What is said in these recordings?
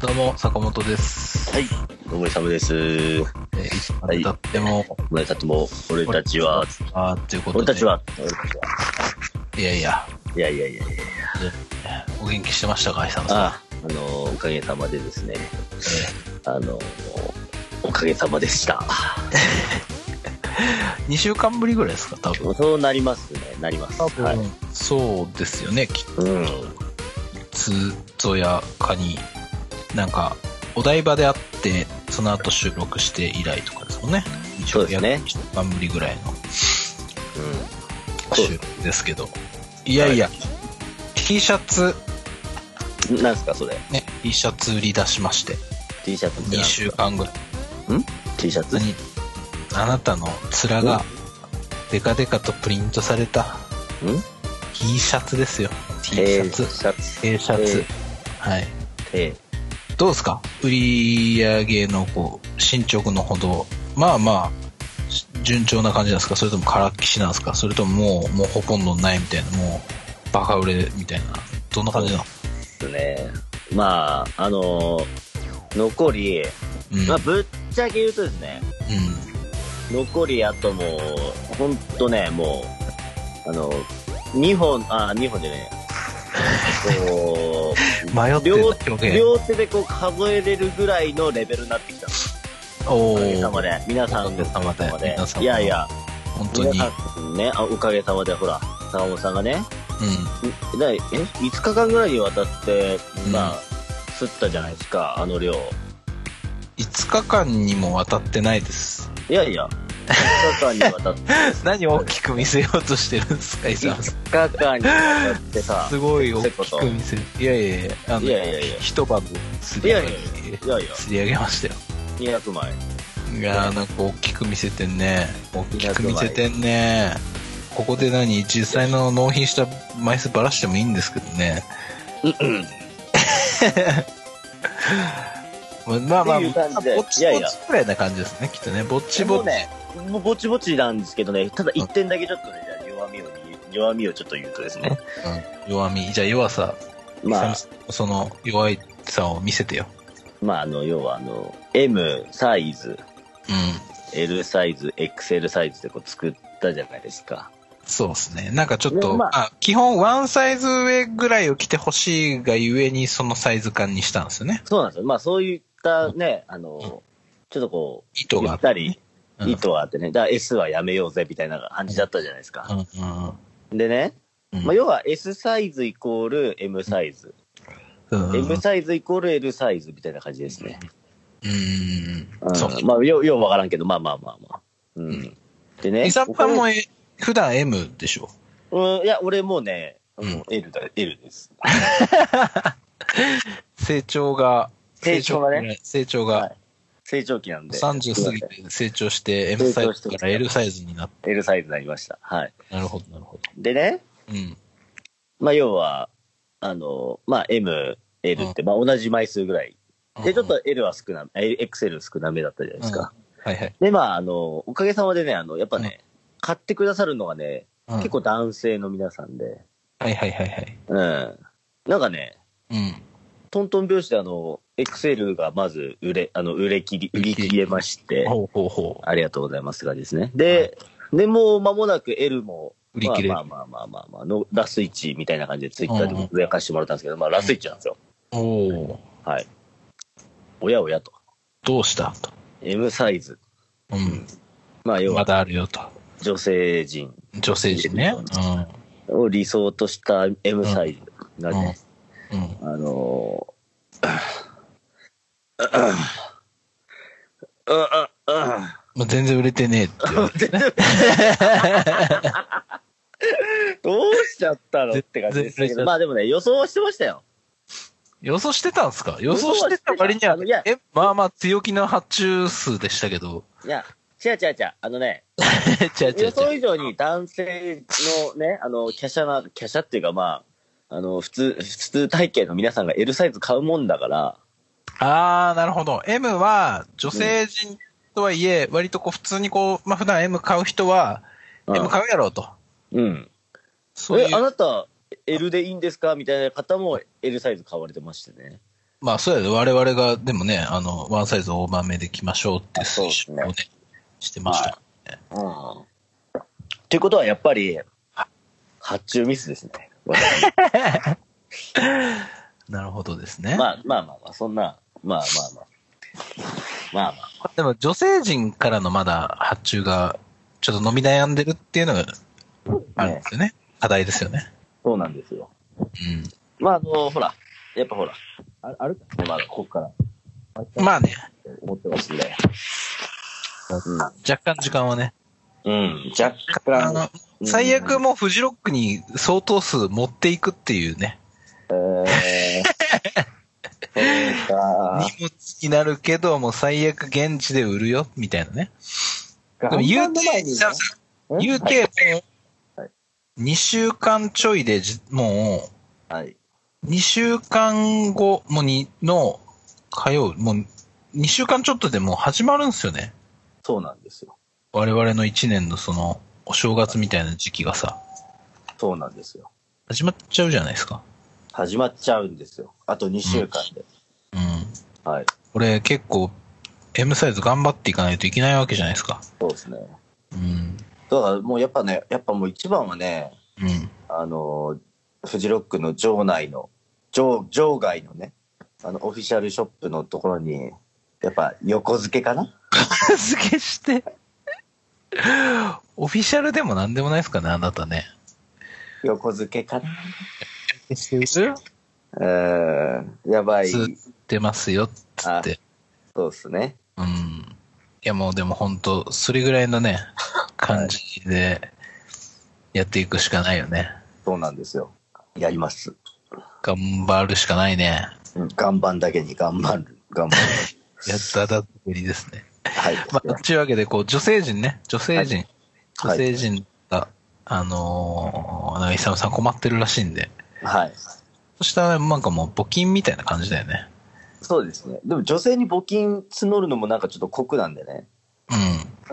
どうも、坂本です。はい、ご無沙汰です。えー、いつまで経っても、俺たちも、俺たちは、あーということで。俺たち。は、俺たちは、いやいや、いやいやいやいや、お元気してましたか、久野さん。ああ、あの、おかげさまでですね、えあの、おかげさまでした。 2週間ぶりぐらいですか、多分。そうなりますね、なります。はい。そうですよね、キッうん。ズゾヤカニ。なんか、お台場で会って、その後収録して以来とかですもんね。そうですね1週間ぶりぐらいのそう収録ですけど。いやいや、T シャツ、うん。なんすか、それ。ね、T シャツ売り出しまして、 T シャツっ2てなん週間ぐらい。 T シャツ何あなたの面がデカデカとプリントされたうん T シャツですよ T シえャツ、シャツ。 A シャツ、えはいえどうですか売り上げのこう進捗のほどまあまあし順調な感じなんですかそれとも空っきしなんですかそれとももうもうほとんどないみたいなもうバカ売れみたいなどんな感じなのですね。まあ、あの、残り、うん、うんまあ、ぶっちゃけ言うとですね、残りあともう、ほんとね、もう、あの、2本、あ、2本じゃねえ。こ 迷って両た表う、現両手でこう数えれるぐらいのレベルになってきたの。おおかげさーまで。皆さんおかげさまでおかげ皆ささんまでいやいや、本当皆に、うん、さんね、あおかげさまで、ほら、坂本さんがね、んだいえ5日間ぐらいにわたって、まあ、吸ったじゃないですか、あの量。 5日間にもわたってないですいやいや、5日間にわたって、 何を大きく見せようとしてるんですか、伊沢さん。 5日間にわたっ てさ、すごい大きく見せる。いやいやいや、あの、いやいやいや一晩すり上げいやいいやいや、すり上げましたよ。 200枚。いやー、なんか大きく見せてんね。大きく見せてんね。ここで何実際の納品した枚数ばらしてもいいんですけどね。まあ まあまあ、っていう感じでぼっちいやぼいっやちくらいな感じですね、きっとね。ぼっちぼもっち。うね、もうぼちぼちなんですけどね、ただ一点だけちょっとね、じゃあ弱みを言う、弱みをちょっと言うとですね。うん弱み。じゃあ弱さ、まあ、その弱いさを見せてよ。まあ、あの、要はあの、M サイズ、うん。 L サイズ、XL サイズでこう作ったじゃないですか。そうですね。なんかちょっねと、まあ、基本ワンサイズ上ぐらいを着てほしいがゆえにそのサイズ感にしたんですよね。そうなんですよ。まあ、そういったね、あの、ちょっとこう、糸ゆがあっってたね、り、うん意図があってね、だから S はやめようぜみたいな感じだったじゃないですか。でね、うんうん。まあ、要は S サイズイコール M サイズ、うん、うん M サイズイコール L サイズみたいな感じですね。うんうんそう。まあ、よう、ようわからんけど、まあまあまあまあ。うん。うんでね。イサッパンおもえ普段 M でしょ。金うん、いや、俺もうね、うんもう L だ、L です。成長が、成長がね。成長はがい、成長期なんで。 30過ぎて成長して M サイズから L サイズになっ L サイズになりました。はい。た。なるほど、なるほでね、ど。うん。まあ、要は、あの、まあ、M、L って、まあ、同じ枚数ぐらい。で、ちょっうん、と L は少なめ、え XL 少なめだったじゃないですか。はいはい。で、まあ、あの、おかげさまでね、あの、やっぱね、買ってくださるのがね、うん結構男性の皆さんで、はいはいはいはい。うん。なんかね、うん。トントン拍子であの、XL がまず売れ、あの、売れ切り、売り切れまして、ほうほうほう。ありがとうございますがですね。で、で、もう間もなく L も、売り切れるまあまあまあまあまあ、のラスイチみたいな感じでツイッターでもやかしてもらったんですけど、まあラスイチなんですよ。おお。はい。おやおやと。どうしたと。 M サイズ。うん。まあ要まはだあるよと。女性人女性陣ね。を理想とした M サイズがうん。ね、うん。うん。あのー、あああまあ、全然売れてねえって言われてね。どうしちゃったのって感じですけど、まあでもね、予想はしてましたよ。予想してたんですか予想してた割には予想はしてたあのいや、え、まあまあ強気な発注数でしたけ ど。いや、違う違う違う、あのね、違う違う違予想う。以上に男性のね、あの、華奢な、華奢っていうかまあ、あの、普通、普通体型の皆さんが L サイズ買うもんだから、あー、なるほど。M は女性陣とはいえ、割とこう普通にこう、まあ普段 M 買う人は、うん M 買うやろうと。うん。そういえ、あう。なた、L でいいんですかみたいな方も L サイズ買われてましてね。まあ、そうやで、我々が、でもね、あの、ワンサイズ大盤目で来ましょうって推奨をねそう、してました。うん。ということは、やっぱり、発注ミスですね。私なるほどですね。まあまあまあまあ、そんな、まあまあまあ。まあまあ。でも、女性陣からのまだ発注が、ちょっと伸び悩んでるっていうのがあるんですよね。課題ですよね。そうなんですよ。うまあ、あの、ほら、やっぱほら、ああるからね、まだここから。ん。まあね、思ってますんで。若干時間はね。うん。うん、若あ干の、、最悪も、もうフジロックに相当数持っていくっていうね、 えー、そうか。荷物になるけど、もう最悪現地で売るよ、みたいなね。でも UT 本番の前にねさうん UK はいも、2週間ちょいでじ、もはい。う、2週間後もにの火曜、もう、2週間ちょっとでもう始まるんですよね。そうなんですよ。我々の1年のその、お正月みたいな時期がさ、そうなんですよ。始まっちゃうじゃないですか。始まっちゃうんですよ。あと2週間で。うん。はい。俺結構 M サイズ頑張っていかないといけないわけじゃないですか。そうですね。うん。だからもうやっぱね、やっぱもう一番はね、 うん。あの、フジロックの場内の、場、場外のね、あの、オフィシャルショップのところに、やっぱ横付けかな付けして。 オフィシャルでも何でもないですかね、あなたね。横付けかなしてうん、やばい。吸ってますよ、つって。そうですね。うん。いやもうでも本当それぐらいの ね、感じでやっていくしかないよね。そうなんですよ。やります。頑張るしかないね。うん、岩盤だけに頑張る。頑張る。やっただってりですね。はい。 まあ、というわけで、こう、女性陣ね、女性陣、はい女性陣が、あのー、なんか、イサムさん困ってるらしいんで、はい。そしたら、なんかもう募金みたいな感じだよね。そうですね。でも女性に募金募るのもなんかちょっと酷なんでね。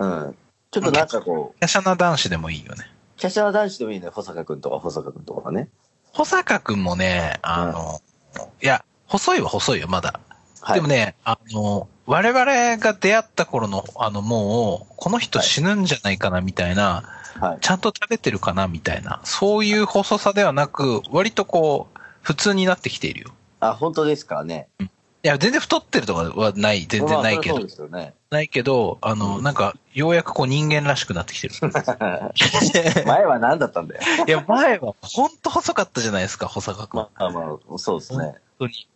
うん。うん。ちょっとなんかこ華奢な男子でもいいよね。う、キャシャな男子でもいいね。保坂くんとか保坂くんとかね。保坂くんもね、あの、いや、細いは細いよ、まだ。はい。でもね、あの、我々が出会った頃の、あの、もう、この人死ぬんじゃないかな、みたいな、はい。ちゃんと食べてるかな、みたいな、そういう細さではなく、割とこう、普通になってきているよ。あ、本当ですかね。いや、全然太ってるとかはない、全然ないけまどあ、それはそうですよね。 ないけど、あの、なんか、ようやくこう人間らしくなってきて る。前は何だったんだよ。いや、前はほんと細かったじゃないですか、保坂君。まあまあ、そうですね。本当に。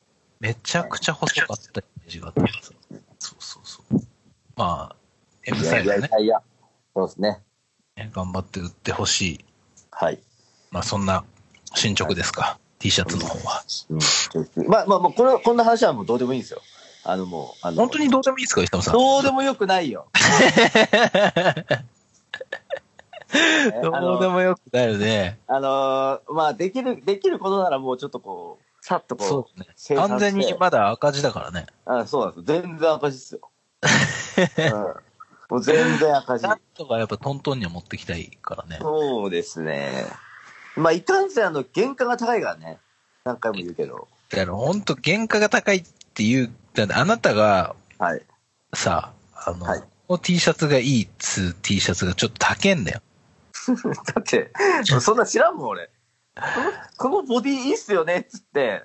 めちゃくちゃ細かったイメージがあったんですよそうそうそう。まあ、M いサやイいやズいね、やいや。そうですね。頑張って売ってほしい。はい。まあ、そんな進捗ですか、T シャツの方は。うん、まあまあ、もうこれ、こんな話はもうどうでもいいんですよ。あのもう、あの、本当にどうでもいいですか、石田さん。どう でもよくないよ。ねあどうでの、もよくないよね。あのーまあ、できる、できることならもうちょっとこう、さっとそこうねう、。生産完全しにてまだ赤字だからね。あそうなんです。全然赤字っ すよ。うんもう全然赤字な。んとかやっぱトントンには持ってきたいからね。そうですね。まあ、いかんせん、あの、原価が高いからね。何回も言うけど。だから本当原価が高いっていう、だってあなたがはい。さ、あの、はいこの T シャツがいいっつう T シャツがちょっと高えんだよ。だって、そんな知らんもん、俺。このこのボディいいっすよねっつって、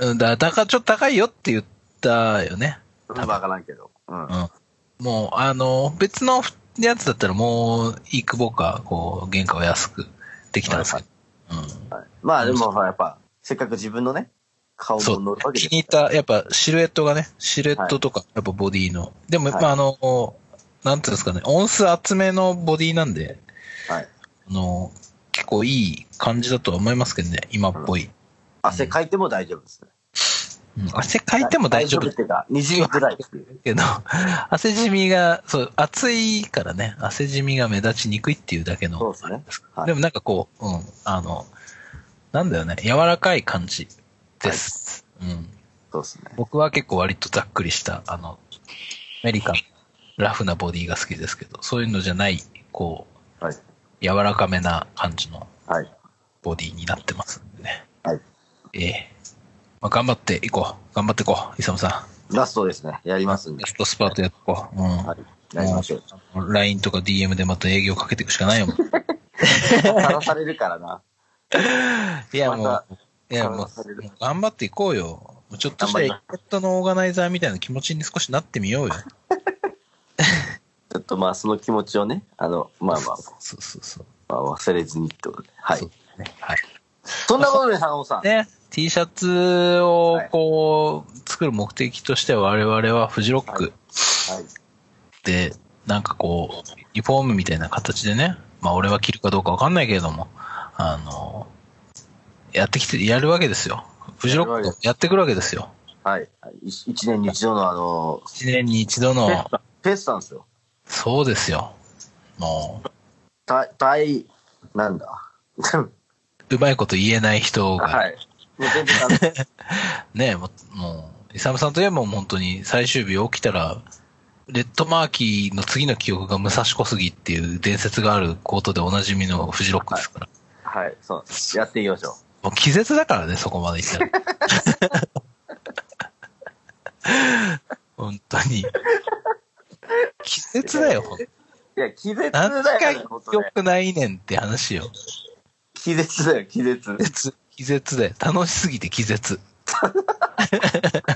うん、だだからちょっと高いよって言ったよね。うんわからんけど。うん。うん。もう、あの、別のやつだったらもう、いくぼか、こう、原価を安くできたんですけど。うん。はいまあでも、ほらやっぱ、せっかく自分のね、顔もそ乗るわう。け気でに入った、やっぱシルエットがね、シルエットとか、やっぱボディの。でも、はいまあ、あの、なんていうんですかね、音数厚めのボディなんで、はい。あの、結構いい感じだとは思いますけどね、今っぽい。汗かいても大丈夫ですね。うん汗かいても大丈大夫丈夫っていうか、2時ぐらいっていう。けど、汗じみが、そう、暑いからね、汗じみが目立ちにくいっていうだけの。そうですねはいでもなんかこう、うん、あの、なんだよね、柔らかい感じです。うん。そうですね。僕は結構割とざっくりした、あの、アメリカン、ラフなボディが好きですけど、そういうのじゃない、こう、はい。柔らかめな感じのはい。ボディになってますんでね。はい。ええ。まあ、頑張っていこう。頑張っていこう、イサムさラストですね。やりますんん。でラ。ストスパートやっていこう。うん。はい。お願いしましょう。もう LINE とか DM でまた営業かけていくしか ないよ。もうさらされるからな。いや、もまう、いや、もされう、るもう頑張っていこうよ。もうちょっとしたエキャットのオーガナイザーみたいな気持ちに少しなってみようよ。ちょっとまあ、その気持ちをね、あの、まあまあ、そうそうそう。まあ、忘れずにってことで。はそうい。ねはい。そんなことで、坂本さん。ね、T シャツをこう、作る目的として我々はフジロックはい。で、なんかこう、リフォームみたいな形でね、まあ俺は着るかどうかわかんないけれども、あの、やってきて、やるわけですよ。フジロックをやってくるわけですよ。はい。はい一一年に一度のあの、一年に一度の、フェスなんですよ。そうですよ。もた、たい、なんだ。う、うまいこと言えない人が、はい。もう全然あのねもう、もう、イサムさんといえばもう本当に最終日起きたら、レッドマーキーの次の記憶が武蔵小杉っていう伝説があることでおなじみのフジロックですから。はい、そうなんです。やっていきましょう。もう気絶だからね、そこまでいったら。 本当に。気絶だよ。いや、気絶だ何時よね、間本当記ね。憶ないねんって話よ。気絶だよ、気絶。気絶気絶だよ。楽しすぎて気絶。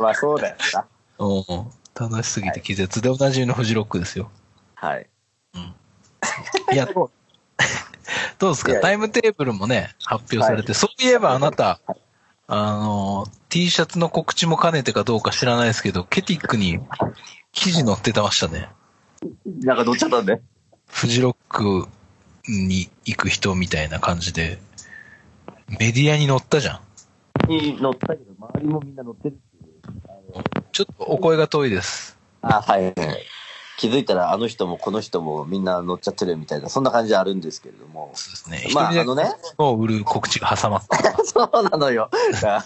まあ、そうだよな。うん楽しすぎて気絶でおなじみのフジロックですよ。はい。いや、どうどうですいやかいやタイムテーブルもね、発表されて、そういえばあなた、あの、T シャツの告知も兼ねてかどうか知らないですけど、ケティックに記事載ってたましたね。なんか乗っちゃったんで。フジロックに行く人みたいな感じで、メディアに載ったじゃん。に乗ったけど、周りもみんな乗ってるっていう。ちょっとお声が遠いです。あ、はい、はい。気づいたら、あの人もこの人もみんな乗っちゃってるみたいな、そんな感じあるんですけれども。そうですね。ま一あ人あのね だけを売る告知が挟まった。そうなの よ。あ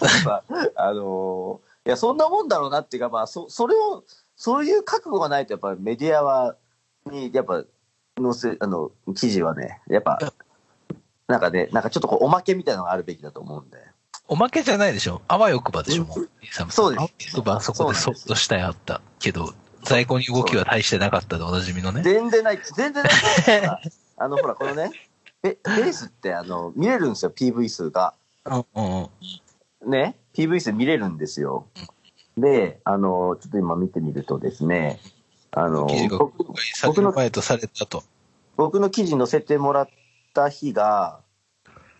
あのーいや、そんなもんだろうなっていうか、まあ、そ、それを、そういう覚悟がないと、やっぱメディアは、に、やっぱ、載せ、あの、記事はね、やっぱ、なんかね、なんかちょっとこう、おまけみたいなのがあるべきだと思うんで。おまけじゃないでしょ。あわよくばでしょ、もう。勇さんそうですあわよくば、そこでそそうなんでっすとしたいあったけど、在庫に動きは大してなかったでおなじみのね。全然ない、全然ない。ほらあの、ほら、このね、え、ベースって、あの、見れるんですよ、PV 数が。うんうんうん。ね、PV 数見れるんですよ。で、あの、ちょっと今見てみるとですね、あの記事、が公僕開される前とされたと。僕の記事載せてもらった日が、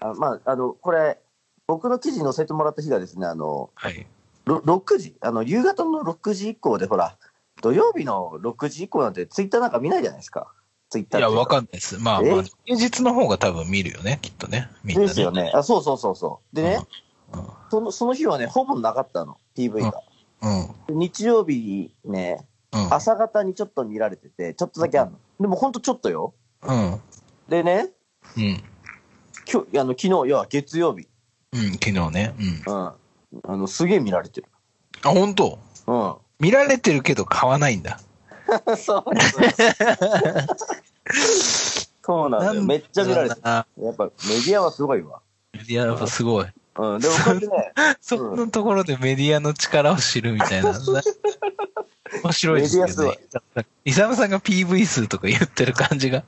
あまあ、あの、これ、僕の記事載せてもらった日がですね、あの、はい。ろ6時、あの、夕方の6時以降で、ほら、土曜日の6時以降なんて、ツイッターなんか見ないじゃないですか。ツイッいターや、わわかんないです。まあまあ休え、日の方が多分見るよね、きっとね。みんなでね。すよね。あ、そうそうそうそう。でね、うん。うんその、その日はね、ほぼなかったの、PV が。うん。で日曜日ね、うん。朝方にちょっと見られてて、ちょっとだけあるの。でもほんとちょっとよ。うん。でね、うん。きょあの昨日、要は月曜日、うん。昨日ね。うん。うん。あの、すげえ見られてる。あ、本当うん。見られてるけど買わないんだ。 そうなんだよ。そうなんだよ。めっちゃ見られてる。た。やっぱメディアはすごいわ。いや、やっぱすごい。うん。でもこれ ね、そんなところでメディアの力を知るみた いな。な面白いですよメディアすごいね。イサムさんが PV 数とか言ってる感じ が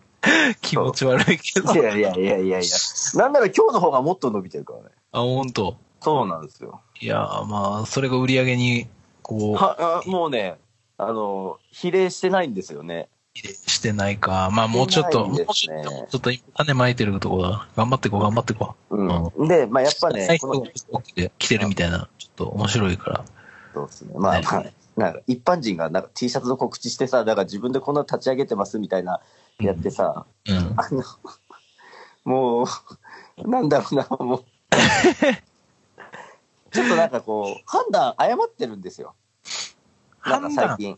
気持ち悪いけど。いあ、やいやいやいやいや。なんなら今日の方がもっと伸びてるからね。本当。そうなんですよ。いやー、まあ、それが売り上げに、こう、はあもうね、あの、比例してないんですよね。比例してないか。まあ、もうちょっと、もしてなういですちねょっと、もうちょっと今種まいてるとこだ。頑張っていこう、頑張っていこうん。で、まあう。やっぱ最ね、こ後のが来てるみたいな、ちょっと面白いから。そうですね。まあまあ、なんか一般人がなんか T シャツの告知してさ、なんか自分でこんな立ち上げてますみたいなやってさ、うん。あの、もう、なんだろうな、も う。ちょっとなんかこう、判断誤ってるんですよ。なんか最近。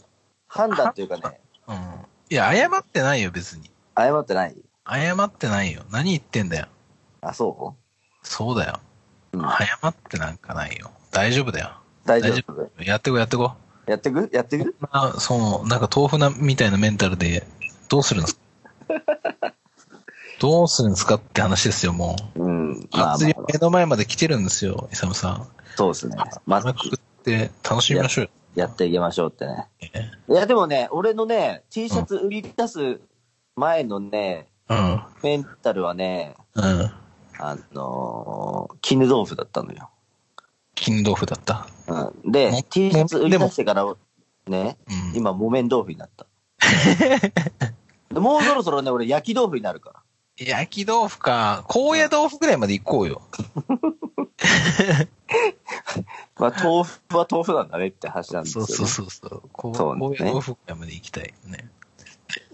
判断というかね、うん。いや、謝ってないよ、別に。誤ってない謝ってないよ。何言ってんだよ。あ、そそうだよ。う、うん、早まってなんかないよ。大丈夫だよ。大丈夫やってこやってこ。やってくやってくあ そう、なんか豆腐なみたいなメンタルで、どうするのどうするんですかって話ですよ、もう。うん。まあ、祭まりあ、目の前まで来てるんですよ、イサムさん。そうですね。ま甘あ、く食って楽しみましょうよ。やっていきましょうってね。ねいや、でもね、俺のね、T シャツ売り出す前のね、うん。メンタルはね、うん。あのー絹豆腐だったのよ。金豆腐だった。うん、でも、 T シャツ売り出してから、ね、うん。今、木綿豆腐に なった。でもうそろそろね、俺、焼き豆腐になるから。焼き豆腐か、高野豆腐ぐらいまで行こうよ。まあ、豆腐は豆腐なんだねって話なんでそすよ、うね。そうそうそう。こうそうね高野豆腐ぐらいまで行きたいね。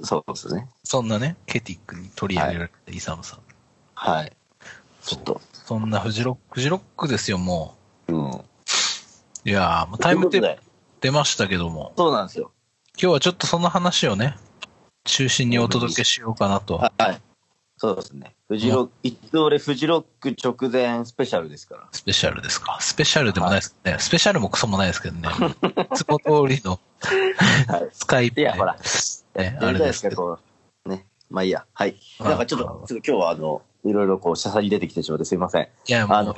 そうですね。そんなね、ケティックに取り上げられたイサムさん。はい。そうちょっと。そんなフジロック、フジロックですよ、もうん。う。いやー、もうタイムテープということで出ましたけども、そうなんですよ。今日はちょっとその話をね、中心にお届けしようかなと。はい。そうですね。フジロック、一応俺、フジロック直前スペシャルですから。スペシャルですか。スペシャルでもないですけどね。スペシャルもクソもないですけどね。つこ通りの はい。使いっいや、ほら。ね、やあれでりたいですすけか、ど。こう。ね。まあいいや。はい。まあなんかちょっと、ちょっと今日はあの、いろいろこう、しゃさに出てきてしまってすいません。いや、もう、あの、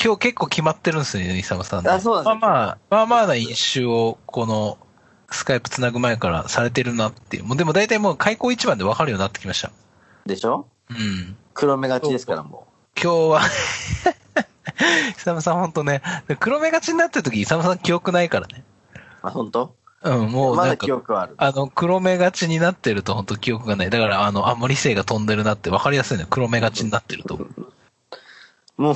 今日結構決まってるんですよね、イサムさんね。あそうなんですよまあまあ、まあまあな一周を、この、スカイプつなぐ前からされてるなっていう。もうでも大体もう開口一番で分かるようになってきました。でしょうん。黒目がちですから、も今日は、 イサムさん本当ね、黒目がちになってる時、イサムさん記憶ないからね。う。あ、本当うん、もうまなだんか記、憶はある。あの、黒目がちになってると本当記憶がない。だから、あの、あ、もう理性が飛んでるなって分かりやすいね。黒目がちになってると。もう、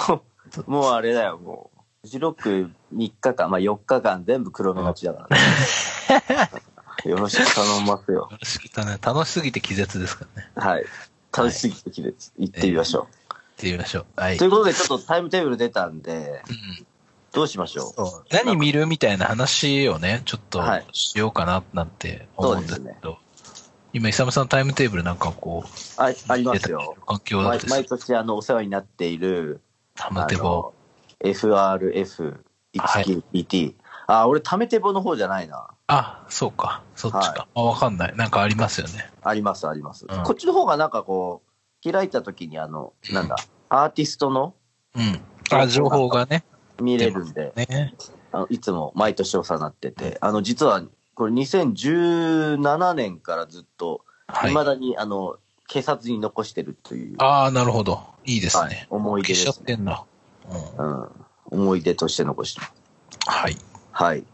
もうあれだよ、もう。フジロック3日間、まあ4日間全部黒目がちだから ね。よろしく頼んますよ。楽しくたね。楽しすぎて気絶ですからね。はい。楽しすぎてきれ行ってみましょって言いましょう。はう。いとい。うことで、ちょっとタイムテーブル出たんで、うんどうしましょう。そう何見るみたいな話をね、ちょっとはいしようかななんて思うんですけそうでど、今、イサムさんタイムテーブルなんかこう、あありますよ。。環境だ毎って毎年あのお世話になっている、タあムテボの、FRF19PT。あ、俺、タメテボの方じゃないな。あ、そうか、そっちか。あわかんない。なんかありますよね。あります、あります。うんこっちの方がなんかこう、開いた時にあの、なんだ、アーティストのうん。あ、情報がね。見れるんで、ね。あのいつも毎年お世話になってて、あの、実は、これ2017年からずっと、はいい。まだに、あの、警察に残してるという、ああ、なるほど。いいですね。はい思い出消しちゃっです、てね。んな。うん、うん。思い出として残してます。はい。はい。ど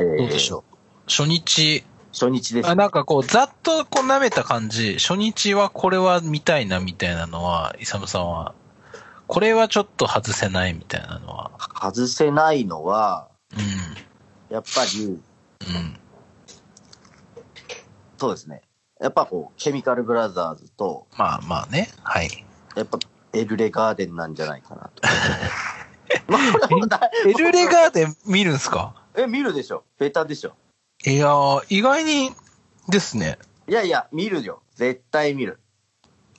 うでしう。ょう。初日、初日ですあね。なんかこう、ざっとこう舐めた感じ、初日はこれは見たいなみたいなのは、イサムさんは、これはちょっと外せないみたいなのは、外せないのは、うやっぱり、ん、うん、そうですね。やっぱこう、ケミカルブラザーズと、まあまあね、はい。やっぱエルレガーデンなんじゃないかな と。まあ、これもだエルレガーデン見るんすかえ、見るでしょ。ベタでしょ。いやー、意外にですね。いやいや、見るよ。絶対見る。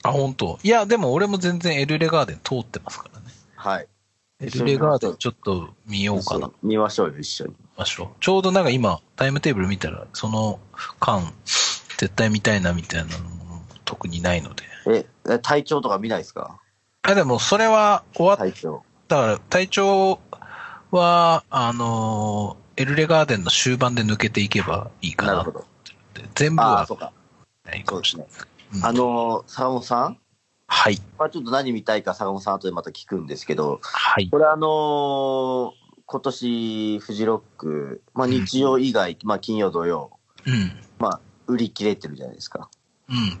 あ、本当。いや、でも俺も全然エルレガーデン通ってますからね。はい。エルレガーデンちょっと見ようかな、そう見ましょうよ、一緒に。ましょう。ちょうどなんか今、タイムテーブル見たら、その間、絶対見たいなみたいなのも特にないので。え、え体調とか見ないですかあ、でも、それは終わっ体調。たから、体調は、あのーエルレガーデンの終盤で抜けていけばいいかなるなほっど。て。全部ああ、はそうか。ないかもしれない。うんあのー、坂本さんはい。まあちょっと何見たいか坂本さん後でまた聞くんですけど、はい。これあのー今年、フジロック、まあ日曜以外、まあ金曜、土曜、うん。まあ売り切れてるじゃないですか。うん。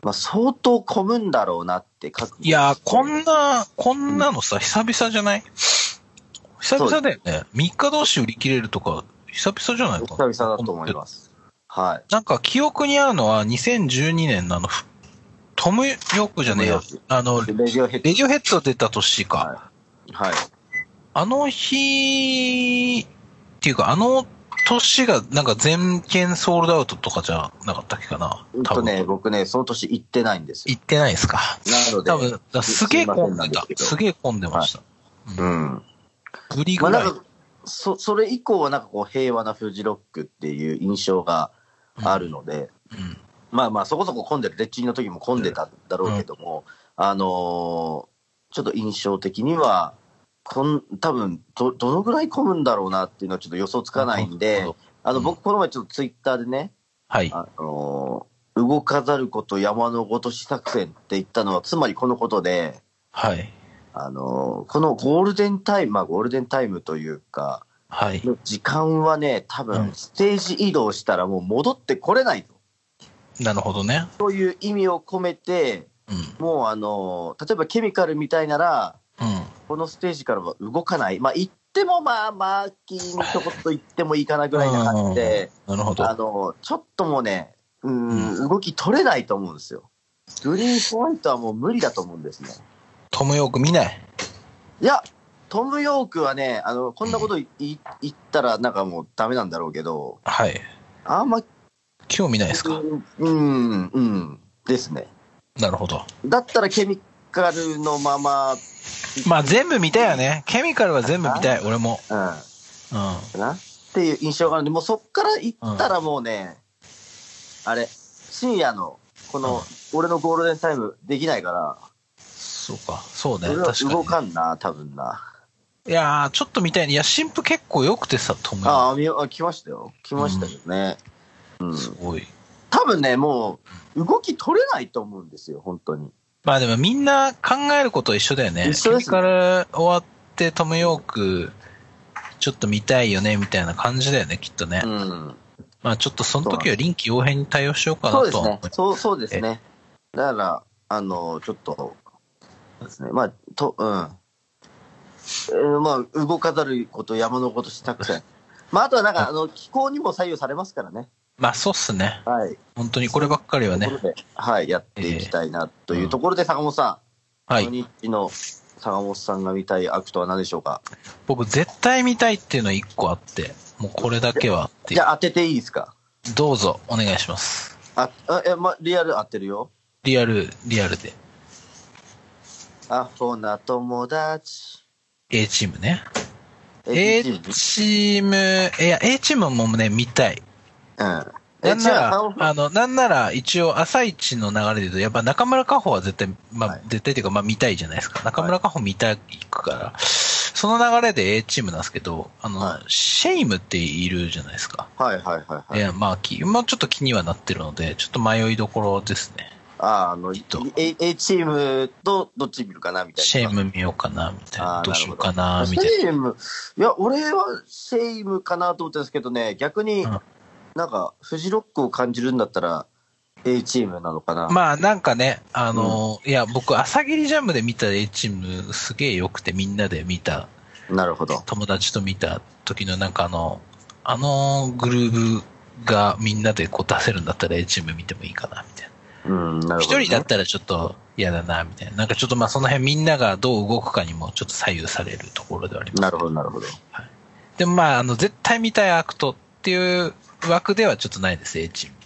まあ、相当混むんだろうなって覚悟いやー、こんな、こんなのさ、久々じゃない久々だよね。3日同士売り切れるとか、久々じゃない久かな。々だと思います。はい。なんか記憶にあるのは2012年のあの、ふトム・ヨークじゃねえやトムヨー。あの、レジオヘッレディオヘッド出た年か。ド。はい。あの日、っていうか、あの年が、なんか全県ソールドアウトとかじゃなかったっけかなうん多と分。ね、僕ね、その年行ってないんですよ。行ってないですか。なので多分、だからすげえ混んすいませんなんででたすけ。どすげえ混んでました。うん。ぶりまぐあらい。なんか、そ、それ以降はなんかこう平和なフジロックっていう印象があるので、うんまあまあ、そこそこ混んでる、レッチリの時も混んでたんだろうけども、あのーちょっと印象的には、こん多分どどのぐらい混むんだろうなっていうのはちょっと予想つかないんで、るほどあのうん僕、この前、ちょっとツイッターでね、はい。あのー動かざること山のごとし作戦って言ったのは、つまりこのことで、はい。あのーこのゴールデンタイム、まあ、ゴールデンタイムというか、はい。時間はね、多う分んステージ移動したらもう戻ってこれないと。なるほどね。そういう意味を込めて、うん。もうあのー例えばケミカルみたいなら、うん。このステージからは動かない、まあ、行ってもまあ、マーキーのとこと行ってもいいかなぐらいな感じで、なるほど。あのーちょっともうね、うーん、う動き取れないと思うんですよ。グリーンホワイトはもう無理だと思うんですね。トムヨーク見ない。いや、トム・ヨークはね、あのこんなこといい言ったら、なんかもうダメなんだろうけど、はい。あんま、今日見ないですか。うん、うん、ですね。なるほど。だったらケミカルのまま、まあ全部見たよね。ケミカルは全部見たい、俺も。うん。うん。かなっていう印象があるんで、もうそっから行ったらもうね、あれ、深夜の、うこんの、俺のゴールデンタイムできないから、そうか。そうね。俺は確かに動。かんな、多分な。いやー、ちょっと見たいね。いや、新婦結構良くてさ、トムヨーああ、見よあ来ましたよ。来ましたよね。うんク。。すごい。多分ね、もう、動き取れないと思うんですよ、本当に。まあでもみんな考えることは一緒だよね。一緒ですねケミカル終わってトムヨーク、ちょっと見たいよね、みたいな感じだよね、きっとね。うん。まあちょっとその時は臨機応変に対応しようかそうなでとすはね思う。そう、そうですね。だから、あの、ちょっと、そうですね。まあ、と、うん。えーまあ、動かざること、山のことしたく せん。まあ、あとはなんか、あの、気候にも左右されますからね。まあそうっすね。はい。本当にこればっかりはとねこ。ろで、はい、やっていきたいな、というところで、坂本さん。はいこの。日記の坂本さんが見たいアクトは何でしょうか僕絶対見たいっていうのは一個あって、もうこれだけはっていじう。ゃあ、当てていいですかどうぞ、お願いします。あ、あえ、ま、リアル当てるよ。リアル、リアルで。アホな友達。 A チームね。え A チチームーム、いや、A チームもね、見たい。うん。なえ、違んなうら、、あの、なんなら、一応、朝一の流れで言うと、やっぱ中村佳穂は絶対、まあ、はい絶対というか、まあ、見たいじゃないですか。中村佳穂見たいから、その流れで A チームなんですけど、あの、はいシェイムっているじゃないですか。はいはいはいはいい、。や、まあ、きまあ、ちょっと気にはなってるので、ちょっと迷いどころですね。ああの、きっと A, A チームとどっち見るかなみたいな。シェイム見ようかな、みたいあな。ーどうしようかな、みたいな。シェイム、いや、俺はシェイムかなと思ったんですけどね、逆にうんなんか、フジロックを感じるんだったら、A チームなのかな。まあなんかね、あの、いや、僕、朝霧ジャムで見た A チームすげえ良くて、みんなで見た、なるほど。友達と見た時のなんかあの、あのグルーブがみんなでこう出せるんだったら A チーム見てもいいかな、みたいな。うん、なるほ一、どね、人だったらちょっと嫌だな、みたいな。なんかちょっとまあその辺みんながどう動くかにもちょっと左右されるところではあります。なるほど、なるほど。でもまあ、あの、絶対見たいアクトっていう枠ではちょっとないです、A チーム。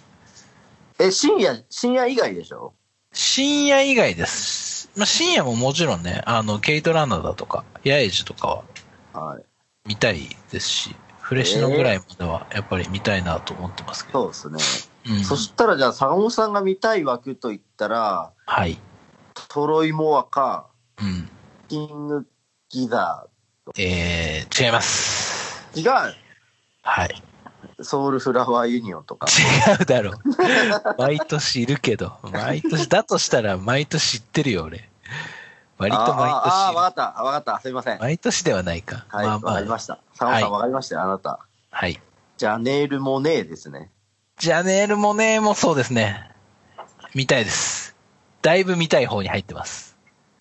え、深夜、深夜以外でしょ深夜以外です。まあ、深夜ももちろんね、あの、ケイト・ランナーだとか、ヤエジとかははい。見たいですし、フレッシュのぐらいまではやっぱり見たいなと思ってますけど。そうですね。うんそしたらじゃあ、坂本さんが見たい枠といったら、はい。トロイモアか、うん。キングギザえー、違います。ー。違うはい。ソウルフラワーユニオンとか。違うだろ う。毎年いるけど、毎年、だとしたら毎年知ってるよ、俺。割と毎ああ、あ年いる。わかった、わかった、すいません。はい、毎年ではないか。わ、かりました。サモさはんいわかりましたよ、あなた。はい。ジャネール・モネーですね。ジャネール・モネーもそうですね。見たいです。だいぶ見たい方に入ってます。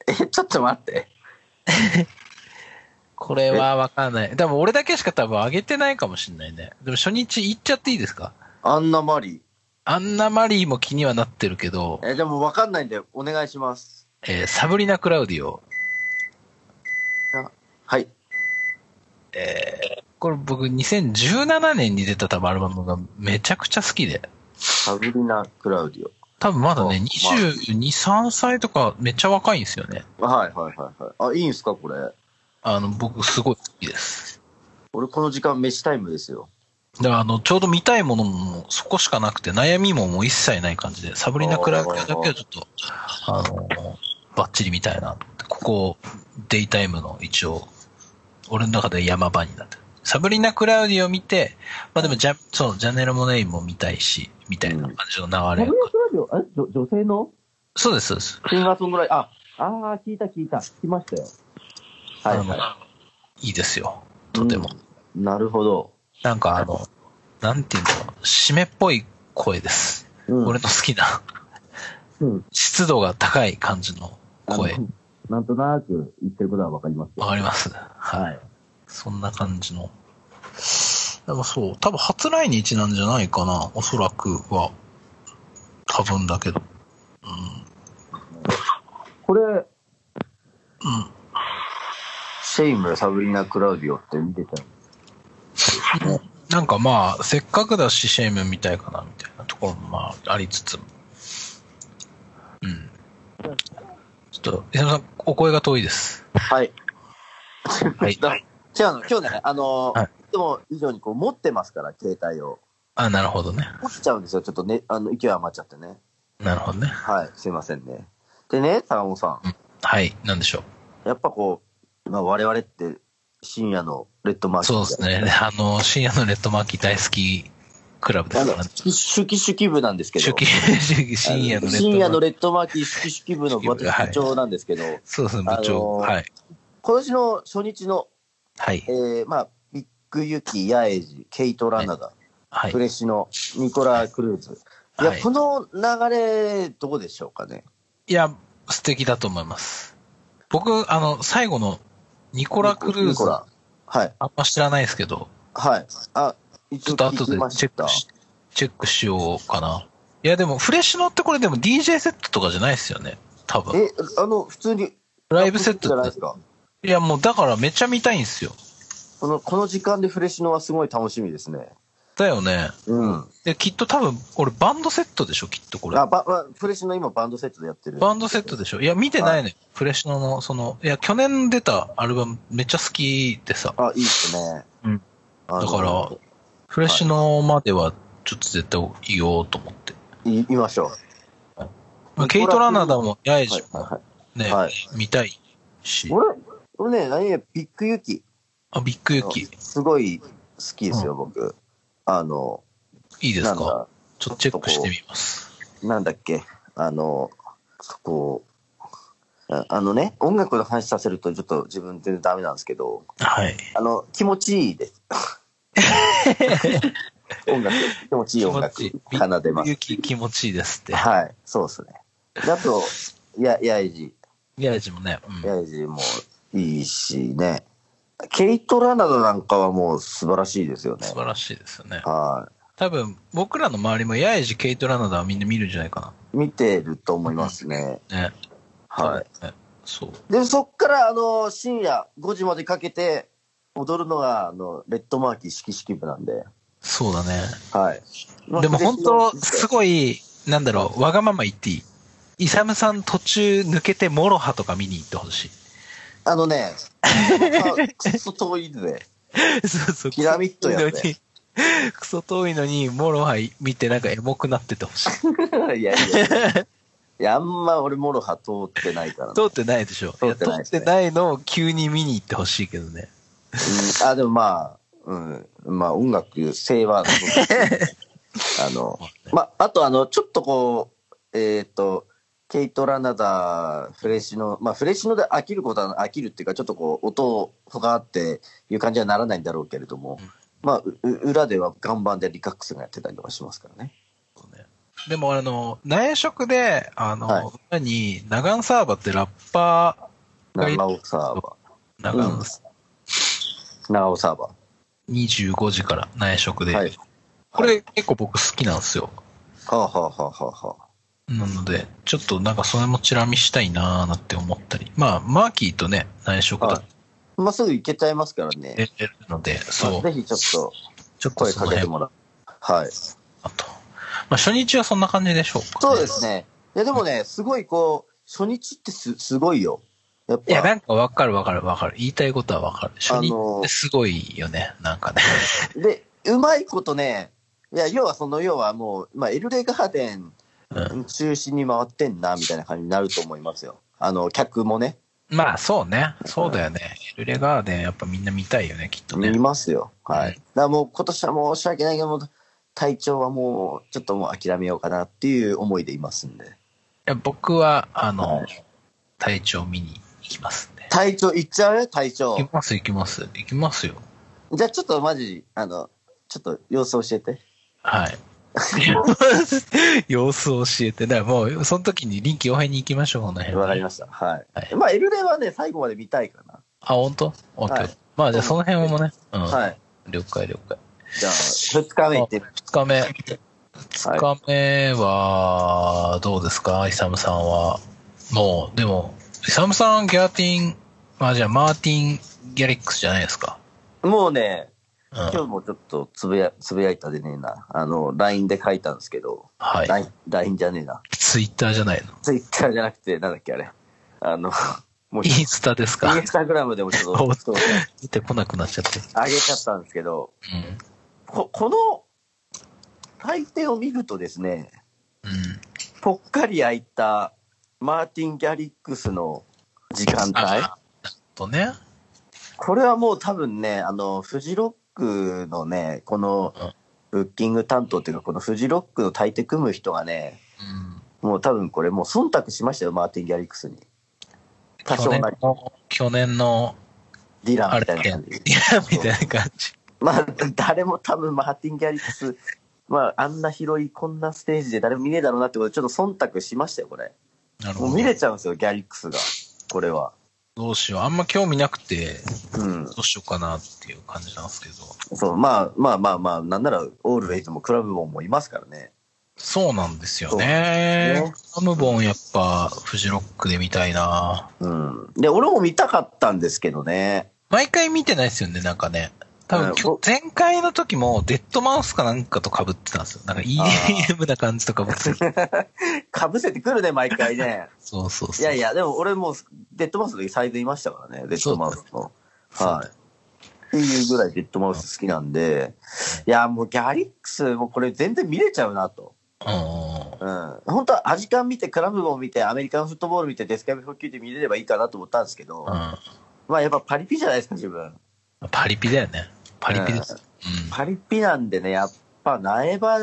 え、ちょっと待って。これはわかんない。でも俺だけしか多分上げてないかもしんないね。でも初日行っちゃっていいですかアンナ・マリアンナ・マリーも気にはなってるけどー。、え、でもわかんないんで、お願いします。えーサブリナ・クラウディオ。はい。これ僕2017年に出た多分アルバムがめちゃくちゃ好きで。サブリナ・クラウディ多分まだね、あまあ22、3歳とかめっちゃ若いんですよね。オ。はいはいはいはい。あ、いいんすか、これ。あの、僕すごい好きです。俺、この時間、飯タイムですよ。だからあの、ちょうど見たいものもそこしかなくて、悩みももう一切ない感じで、サブリナ・クラークだけはちょっと、あの、バッチリ見たいなと思って。ここ、デイタイムの一応、俺の中で山場になってる。サブリナ・クラウディを見て、まあでもジャ、そう、ジャネロ・モネイも見たいし、みたいな感じの流れ。あれ女女性のそうです、そうです。シンガーソングライター、あ、あー聞いた聞いた、聞きましたよ。はい、はい。あのいいですよ。とても。うんなるほど。なんかあの、なんていうの、湿っぽい声です。うん、俺の好きな、うん、湿度が高い感じの声あ。の。なんとなく言ってることはわかりますよわかります。はい。はい。そんな感じの。でもそう、多分初来日なんじゃないかな、おそらくは。多分だけど。うこれ、ん。うん。シェイムやサブリナ・クラウディオって見てたなんかまあ、せっかくだし、シェイムみたいかな、みたいなところもまあ、ありつつも。うん。ちょっと、石野さん、お声が遠いです。はい。はい。違うの、今日ね、あのー、はいい、つも以上にこう持ってますから、携帯を。あ、なるほどね。落ちちゃうんですよ、ちょっとね、あの、勢い余っちゃってね。なるほどね。はい、すいませんね。でね、坂本さはい。なんでしょう。ん、やっぱこう、まあ、我々って深夜のレッドマーケッそうト。ですね。あの、深夜のレッドマーキー大好きクラブであすのからね。シュシュキシュキ部なんですけど。初期、初期深夜のレッドマーキー。レッドマーキーシュキシュキ部の私はい部長なんですけど、そうですね、部長。あのーはい。今年の初日の、はいえ。ー、まあ、ビッグユキ、ヤエジ、ケイト・ラナダ、はいフ。レッシュのニコラ・クルーズ。いや、はいこの流れ、どうでしょうかね。いや、素敵だと思います。僕、あの、最後のニコラ・クルーニズコ、ラはい。あんま知らないですけど、はい。あ、ち一ょ応っと後で聞きまチェしックた。し、チェックしようかな。いや、でも、フレッシュのってこれでも DJ セットとかじゃないですよね。多分。え、あの、普通に。ライブセットじゃないだですか。いや、もうだからめっちゃ見たいんですよ。この、この時間でフレッシュのはすごい楽しみですね。だよね。うん。で、きっと多分、俺バンドセットでしょ、きっとこれ。あ、ば、ば、フレッシュの今バンドセットでやってる。バンドセットでしょいや、見てないね。フレッシュのの、その、いや、去年出たアルバムめっちゃ好きでさ。あ、いいですね。うんあの。だからフレッシュのまではちょっと絶対言おうと思って。い、言いましょう。まあケイト・ラナダもヤエジはいもはね、はい見たいしい。、俺、俺ね、何や、ビッグユキ。あ、ビッグユキ、すごい好きですよ、僕。あの、いいですなんかだ、ちょっとチェックしてみます。なんだっけ、あの、そこ、ああのね、音楽の話させるとちょっと自分全然ダメなんですけど、はい。あの、気持ちいい です。音楽、気持ちいい音楽気持ちいいビ、奏でビッまグすユ。キ気持ちいいですって。はい、そうですね。であと、や、やいじ、ヤエジもね、うんやいじもいいしね。ケイト・ラナドなんかはもう素晴らしいですよね素。晴らしいですよね。は多分、僕らの周りもヤエジ、ケイト・ラナダはみんな見るんじゃないかい。見てると思いますね。な。ね。。はいね、そう。い。で、そっから、あの、深夜5時までかけて踊るのが、あの、レッドマーキー式式部なんで。そうだね。はい。でも本当、すごい、なんだろう、わがまま言っていい。イサムさん途中抜けてモロハとか見に行ってほし あのね、くそ遠いんで。い。そうそう。ピラミッドやねクソ遠いのに。クソ遠いのに、モロハ見てなんかエモくなっててほ しい。いやいや。いや、あんま俺、モロハ通ってないからな、通ってないでしょ。通ってなやいで通すってねないのを急に見に行ってほしいけどね。うん、あ、でもまあ、うん、まあ音楽性は、あの、まあ、あとあの、ちょっとこう、えっ、と、ケイト・ラナダ、フレッシュの、まあ、フレッシュので飽きることは飽きるっていうか、ちょっとこう、音があっていう感じはならないんだろうけれども、うんまあ、う裏では岩盤でリカックスがやってたりとかしますからね。でも、あの、内職で、あの、はい裏に、ナガンサーバってラッパはナいガオサーバー、ナガンー。ナガオサーバ25時から内職で、ー。はい。これ結構僕好きなんですよ。はあ、はあはあはあはあ、なので、ちょっとなんかそれもチラ見したいなーなって思ったり。まあ、マーキーとね、内職だっまあ、すぐ行けちゃいますからね。てるので、まあそうぜ、ひちょっとちょっと声そかのけて辺ももらう。はい。あと。まあ、初日はそんな感じでしょうか、そうです。ね。いや、でもね、すごいこう、初日ってすすごいよ。やっぱ。いや、なんかわかるわかるわかる。言いたいことはわかる。初あ日のってすごいよね、なんかね。で、うまいことね、いや、要はその、要はもう、まあ、エルレガーデンう中心に回ってんな、みたいな感じになると思いますよ。あの、客もね、まあ、そうね。そうだよね。エルレガーデン、やっぱみんな見たいよね、きっとね見。ますよ。うはんい。だからもう今年は申し訳ないけども、体調はもう、ちょっともう諦めようかなっていう思いでいますんで。いや僕は、あの、は体調見に行きますね。体調いっちゃう体調行。きます、行きます。行きますよ。じゃあちょっとマジ、あの、ちょっと様子教えて。はい。 様子を教えて、だからもう、その時に臨機応変に行きましょう、この辺は。わかりました。はい。はいまあ、エルレはね、最後まで見たいかな。あ、本当オッケーはいまあ、じゃあその辺もね、うん。はい。了解、了解。じゃあ、2日目行って、二日目。二日目は、どうですか、イサムさんは。もう、でも、イサムさん、ギャティン、まあじゃあ、マーティン・ギャリックスじゃないですか。もうね、うん。今日もちょっとつぶや、つぶやいたでねえな。あの、LINE で書いたんですけど、は LINE い。 LINE じゃねえな。ツイッターじゃないの。 Twitter じゃなくて、なんだっけあれ。あの、もう、イインスタですかン。スタグラムでもち ょっと、そう出てこなくなっちゃって。上げちゃったんですけど、うん。ここの、大抵を見るとですね、うん。ぽっかり開いたマーティン・ギャリックスの時間帯。とね。これはもう多分ね、あの、フジロックのね、このうん、ブッキング担当っていうか、このフジロックの大抵組む人がね、うん。もう多分これもう忖度しましたよ、マーティン・ギャリックスに。多去少年なり、の、去年の、ディランあれみたいだなよ感ねじ。いや、みたいな感じ。まあ、誰も多分マーティン・ギャリックス、まあ、あんな広い、こんなステージで誰も見ねえだろうなってことで、ちょっと忖度しましたよ、これ。なるほもうど見。れちゃうんですよ、ギャリックスが。これは。どうしよう。あんま興味なくて、うん。どうしようかなっていう感じなんですけど。そう、まあまあまあまあ、なんなら、オールウェイズもクラブももいますからね。そうなんですよそうねね。アムボンやっぱ、フジロックで見たいなうん。で、俺も見たかったんですけどね。毎回見てないですよね、なんかね。多うん分きょ、僕前回の時も、デッドマウスかなんかと被ってたんですよ。なんかあ EDM な感じとか被って た。かぶせてくるね、毎回ね。そうそうそう。いやいや、でも俺もうデッドマウスの時サイズいましたからね、デッドマウスの。そうはい。っていうぐらいデッドマウス好きなんで、いや、もうギャリックス、もうこれ全然見れちゃうなと。うん。うん。本当はアジカン見て、クラブも見て、アメリカンフットボール見て、デスカイブ補給で見れればいいかなと思ったんですけど、うまあやっぱパリピじゃないですか、自分。ん。パリピだよね。パリピです。うん。パリピなんでね、やっぱ苗場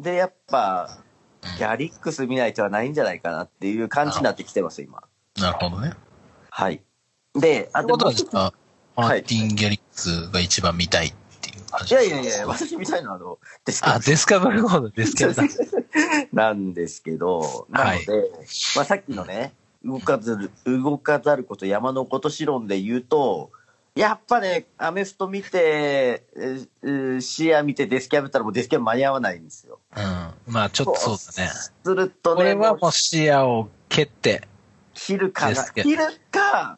でやっぱ、ギャリックス見ない手はないんじゃないかなっていう感じになってきてます、今。なるほどね。はい。で、あってこともはう一つマーティン・ギャリックスが一番見たいっていう感いじやですいかやいや、私みたいなのですけどあ、デスカブルゴード、デスカブルゴー なんですけど、なので、まあさっきのね、動かざる、動かざること山のことし論で言うと、やっぱね、アメフト見て、えーシア見てデスキャブったらもうデスキャブ間に合わないんですよ。ド。うん。まあ、ちょっとそうだね。するとこれね、はももうう視野を蹴って、切るかデなス。キャブ切るか、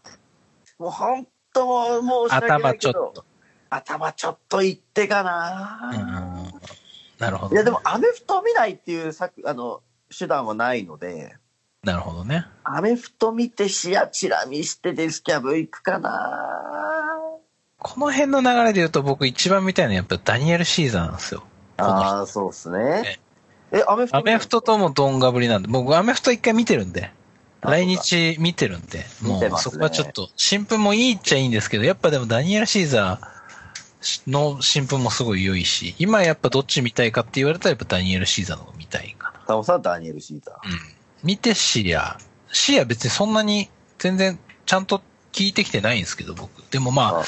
もう本当、もう申し訳な頭いちけょっとど。、頭ちょっといってかうな。ん。なるほど。いやでも、アメフト見ないっていう策あの手段はないので、なるほどね。アメフト見て、視野チラ見して、デスキャブ行くかな。この辺の流れで言うと僕一番見たいのはやっぱダニエル・シーザーなんですよ。ああ、そうっすね。え、アメフトアメフトともドンガぶりなんで、僕アメフト一回見てるんで、あそうか来日見てるんで、も見てまうすねそこはちょっと、新聞もいいっちゃいいんですけど、やっぱでもダニエル・シーザーの新聞もすごい良いし、今やっぱどっち見たいかって言われたらやっぱダニエル・シーザーの方が見たいかな。タモさん、ダニエル・シータうん。見てシア、シア別にそんなに全然ちゃんと聞いてきてないんですけど、僕。でもまああ、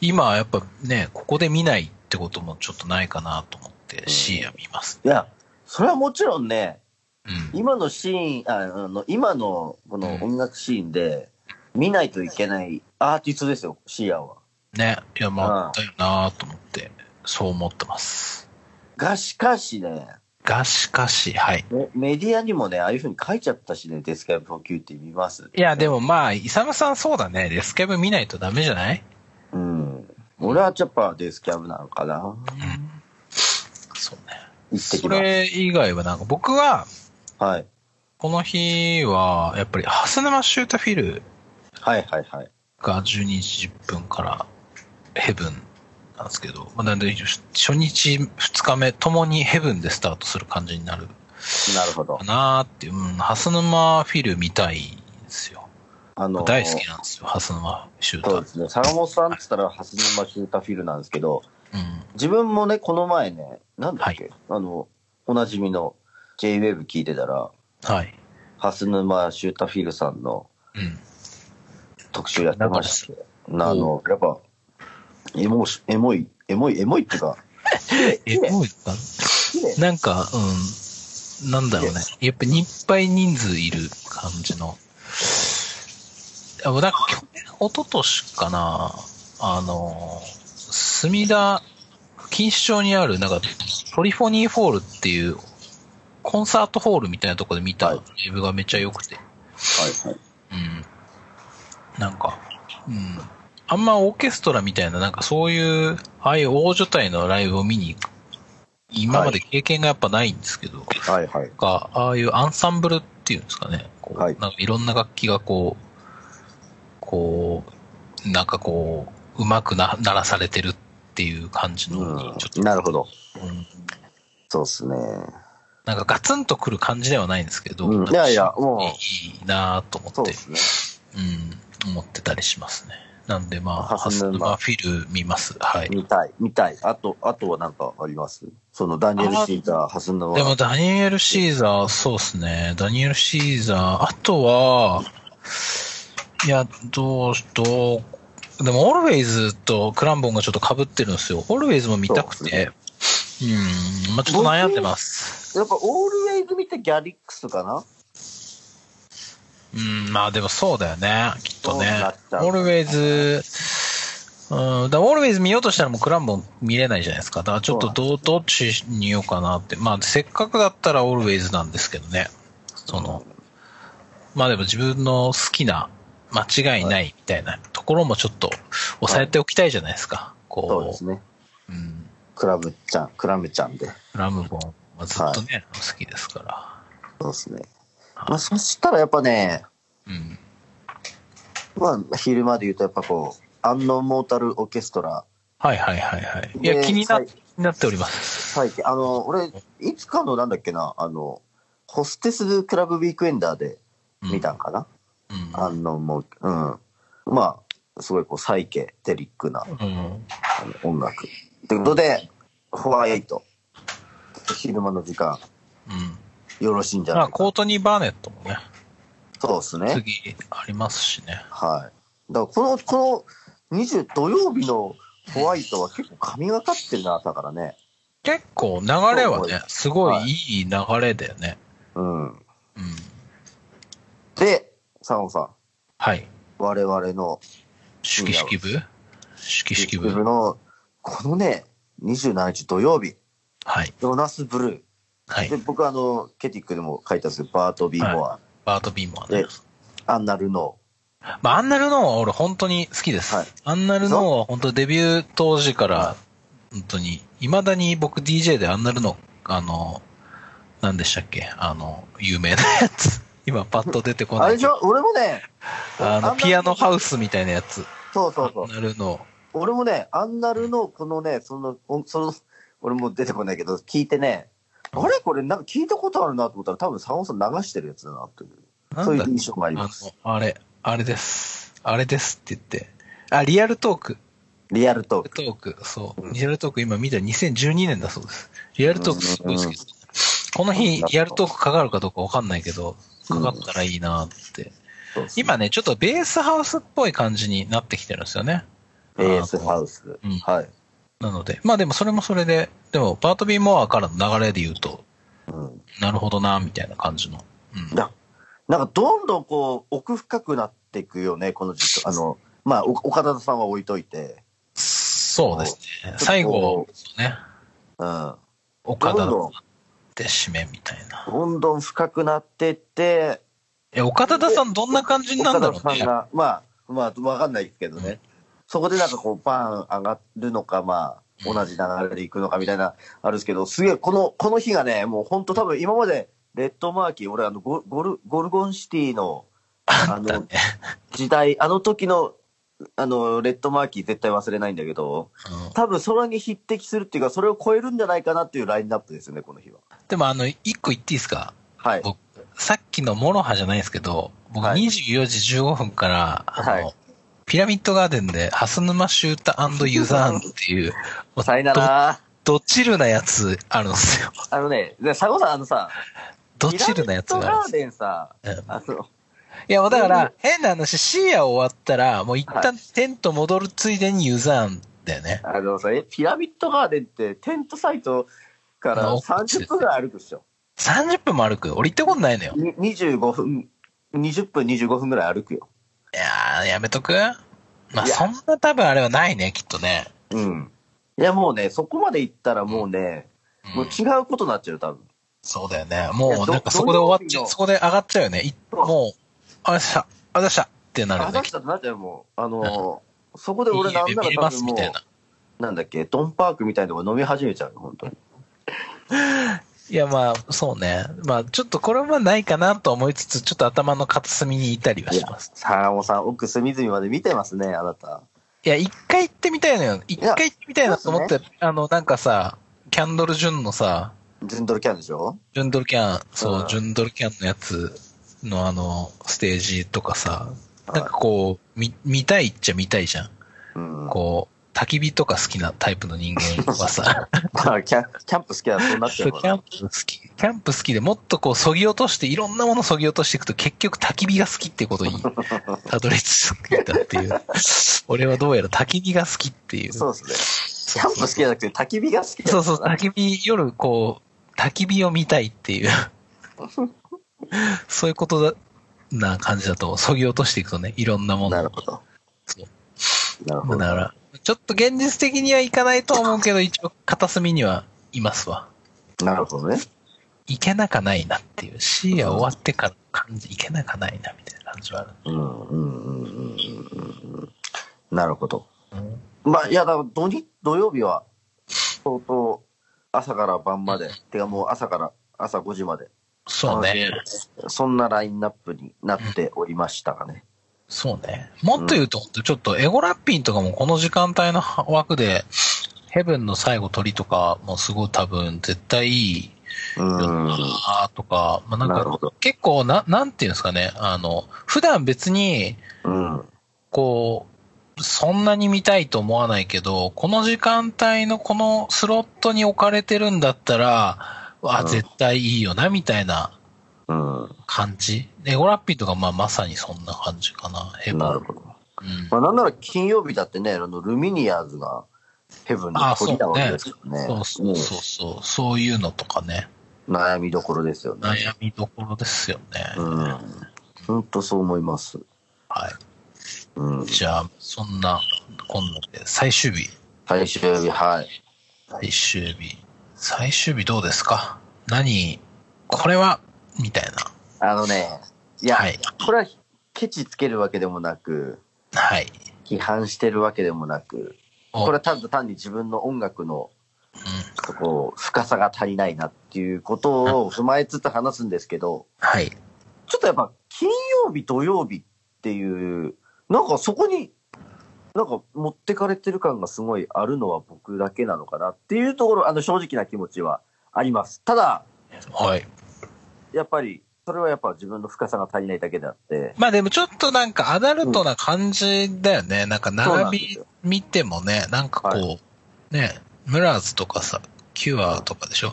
今やっぱね、ここで見ないってこともちょっとないかなと思って、んシア見ます。ー。いや、それはもちろんね、うん。今のシーン、ああの今のこの音楽シーンで、見ないといけないアーティストですよ、シアは。ね。いや、まうんあ、だよなと思って、そう思ってます。が、しかしね、が、しかし、はい。メメディアにもね、ああいうふうに書いちゃったしね、デスキャブ補給って見ます。いや、でもまあ、イサムさんそうだね。レスケブ見ないとダメじゃないうん。俺はやっぱデスキャブなのかな。そうね。行ってきそます。れ以外はなんか、僕は、はい。この日は、やっぱり、ハスネマシュータフィルはいはいはい。が12時10分から、ヘブンなんですけど、まあ、なんで初日、2日目ともにヘブンでスタートする感じになるなるほどか。なーっていう、うん、蓮沼フィル見たいんですよ。あのー大好きなんですよ、蓮沼シュータそうーですね。坂本さんって言ったら、蓮沼シュータフィルなんですけど、うん。自分もね、この前ね、なんだっけ、あの、おなじみの J-Wave 聞いてたら、はい。蓮沼シュータフィルさんのうん。特集やってまして、あかの、やっぱ、エモし、エモい、エモい、エモいっていうか、え、もう言った綺麗なんか、うん、なんだろうね。やっぱいっぱい人数いる感じの。あなんか去年、一昨年かな、あの、墨田、錦糸町にある、なんか、ポリフォニーホールっていう、コンサートホールみたいなとこで見たはいライブがめっちゃ良くて。はいはい。うん。なんか、うん。あんまオーケストラみたいな、なんかそういう、ああいう大所帯のライブを見に行く。今まで経験がやっぱないんですけど、はいなはい。んか、ああいうアンサンブルっていうんですかね。こうはいなんかいろんな楽器がこう、こう、なんかこう、うまくな鳴らされてるっていう感じの、ちょっうと、ん、なるほど。うんそうですね。なんかガツンとくる感じではないんですけど、うんいやいやもういいなぁと思そっうてで。すね。うん、思ってたりしますね。なんでまあ、ハ蓮ス沼沼フィル見ます。はい。で見たい、見たい。あと、あとはなんかありますその、ダニエル・シーザー、ハスンのもは。ダニエル・シーザー、そうですね。ダニエル・シーザー、あとは、いや、どう、どう、でも、オルウェイズとクランボンがちょっと被ってるんですよ。オルウェイズも見たくそうでて、うん、まあちょっと悩んでます。やっぱ、オールウェイズ見てギャリックスかなうん、まあでもそうだよね、きっとねそうなっち。オゃうールウェイズ、うん、だオールウェイズ見ようとしたらもうクランボン見れないじゃないですか。だからちょっとどうどっちにようかなって。まあせっかくだったらオールウェイズなんですけどね。その、まあでも自分の好きな間違いないみたいなところもちょっと抑えておきたいじゃないですか。そうでこすう、ね。うん、クラムちゃん、クラムちゃんで。クランボンはずっとね、好きですかそうですね。はいまあ、そしたらやっぱね、ら。うん。まあ、昼間で言うとやっぱこう、アンノンモータルオーケストラ、はいはいはいはい。いねや、気になはい気になっております。最近、あの、俺、いつかのなんだっけな、あの、ホステスクラブウィークエンダーでうん見たんかな、うんアンノンモータル、うん。まあ、すごいこう、サイケデリックなうん。あの音楽。ということで、ホワイト、昼間の時間、うん。よろしいんじゃまなあ、いかコートニー・バーネットもね、そうですね。次ありますしね。はい。だからこの、この20土曜日のホワイトは結構神がかってるな、朝からね。結構流れはそうね、すごいいい流れだよね。うん。うん。で、サオンさん、はい。我々の手記式部手記式ブ部。の、このね、27日土曜日、はい。ドナスブルはー。で、い。僕あの、ケティックでも書いたんですけど、バート・ビーモア、バート・ビーモアねで。アンナ・ルノまあ、アンナルノーは俺本当に好きです。はいアンナルノーは本当デビュー当時から、本当に、未だに僕 DJ でアンナルノー、あの、何でしたっけあの、有名なやつ。今パッと出てこー。ない。あれでしょ俺もね、あアンナルノの、ーピアノハウスみたいなやつ。そうそうそうアン。ナルノー。俺もね、アンナルの、このね、その、おその、俺も出てこないけど、聞いてね、あれこれ、なんか聞いたことあるなと思ったら、多分坂本さん流してるやつだなっていう、なんそういだっうけ印象がありあます。の、あれ、あれです。あれですって言って。あ、リアルトーク。リアルトーリク。アルトーク、そうう。んリアルトーク今見たら2012年だそうです。リアルトークすごい好きです。この日、リアルトークかかるかどうかわかんないけど、かかったらいいなって。そうですね今ね、ちょっとベースハウスっぽい感じになってきてるんですよね。ベースハウスうん。はい。なので、まあでもそれもそれで、でも、バートビー・モアからの流れで言うと、うんなるほどな、みたいな感じの。うん。だなんか、どんどんこう、奥深くなっていくよね、この時間。あの、まあ、お岡田さんは置いといて、そうですね。最後、ね、うん。岡ど田んどんっ、て締めみたいな。どんどん深くなってって、え、岡田田さんどんな感じになるんだろう岡田さねん。が、まあ、まあ、わかんないけどね。そこでなんかこう、バーン上がるのか、まあ、うん同じ流れで行くのかみたいな、あるんですけど、すげえ、この、この日がね、もう本当多分今まで、レッドマーキー、俺あのゴ、ゴル、ゴルゴンシティの、あの、時代、あの時のあの、レッドマーキー絶対忘れないんだけど、うん多分それに匹敵するっていうか、それを超えるんじゃないかなっていうラインナップですよね、この日は。でもあの、一個言っていいですかはい。僕さっきのモロハじゃないですけど、僕はい24時15分から、あの、はいピラミッドガーデンで、ハスヌマシュータユザーンっていう、もうさいなら。ドチルなやつあるんですよ。あのね、で佐合さん、あのさ、ドチルなやつピラミッドがあガるんーでデンさ、すよ。うんあの、いや、もうだから、変な話、深夜終わったら、もう一旦テント戻るついでにユザーンだよね。あのさ、えピラミッドガーデンってテントサイトからあ30分ぐらい歩くっしょ。 30分も歩く。俺行ったことないのよ。に25分、20分、25分ぐらい歩くよ。いやー、やめとくまあ、いやそんな多分あれはないね、きっとね。うん。いや、もうね、そこまで行ったらもうね、うんもう違うことになっちゃう、多分。そうだよね。いもやう、なんかそこでど終わっちゃどう。うそこで上がっちゃうよね。いそうもう、あざした、あざしたってなるよねあざ。したってなっちゃうよもう。あのー、そこで俺なんならいい夢見れ多ます分もみたいな。う、なんだっけ、ドンパークみたいなのが飲み始めちゃうよ、本当に。いや、まあ、そうね。まあ、ちょっとこれはないかなと思いつつ、ちょっと頭の片隅にいたりはします。坂本さん、奥隅々まで見てますね、あなた。いや、一回行ってみたいのよ。一回行ってみたいなと思って、そあの、なんかさ、キャンドル・ジュンのさ、ジュンドルキャンでしょジュンドルキャン、そう、うんジュンドルキャンのやつのあの、ステージとかさ、はいなんかこう、見、見たいっちゃ見たいじゃん。うん。こう、焚き火とか好きなタイプの人間はさ、まあキャンキャンプ好きだと そうなっちそゃううキかャンら。プ好き、キャンプ好きでもっとこう、そぎ落として、いろんなものそぎ落としていくと、結局焚き火が好きってことに、たどり着いたって いう。俺はどうやら焚き火が好きっていう。そうですね。キャンプ好きじゃなくて、焚き火が好きだそうそう、から焚き火、夜こう、焚き火を見たいって いう。そういうことだ、な感じだと、そぎ落としていくとね、いろんなもの。なるほど。そなるほまあど。だから、ちょっと現実的にはいかないとは思うけど、一応片隅にはいますわ。なるほどね。いけなかないなっていう。視野終わってから感じ、いけなかないなみたいな感じはある。うんうんうんうんうんうん。なるほど。うんまあ、いや、だから土日、土曜日は、相当、朝から晩まで、てかもう朝から、朝5時まで、そうね。そんなラインナップになっておりましたかね。そうね。もっと言うと、ちょっとエゴラッピンとかもこの時間帯の枠で、ヘブンの最後鳥とかもすごい多分絶対いいうん。あーとか、まあ、なんなるほかど。結構な、なんていうんですかね、あの、普段別に、うん。こう、そんなに見たいと思わないけど、この時間帯のこのスロットに置かれてるんだったら、わあ、うん絶対いいよな、みたいなうん。感じ。エゴラッピーとか、まあ、まさにそんな感じかな、ヘブン。なるほど。うんまあ、なんなら金曜日だってね、あの、ルミニアーズが、ヘブンの鳥だわけですからね。そうそうそうそう、そういうのとかね、うん悩みどころですよね。悩みどころですよね。うん。本当そう思います。はい。うん。じゃあ、そんな、こんなで、最終日。最終日、はい。最終日。最終日どうですか何これはみたいな。あのね、いや、はい。これはケチつけるわけでもなく、はい。批判してるわけでもなく、おこれはただ単に自分の音楽のうんこう深さが足りないなっていうことを踏まえつつ話すんですけど、はい。ちょっとやっぱ金曜日、土曜日っていう、なんかそこに、なんか持ってかれてる感がすごいあるのは僕だけなのかなっていうところ、あの正直な気持ちはあります。ただ、はい。やっぱり、それはやっぱ自分の深さが足りないだけであって、まあでもちょっとなんかアダルトな感じだよね。なんかそうなん並ですびよ見てもね、なんかこう、はね、ムラーズとかさ、キュアとかでしょ、ん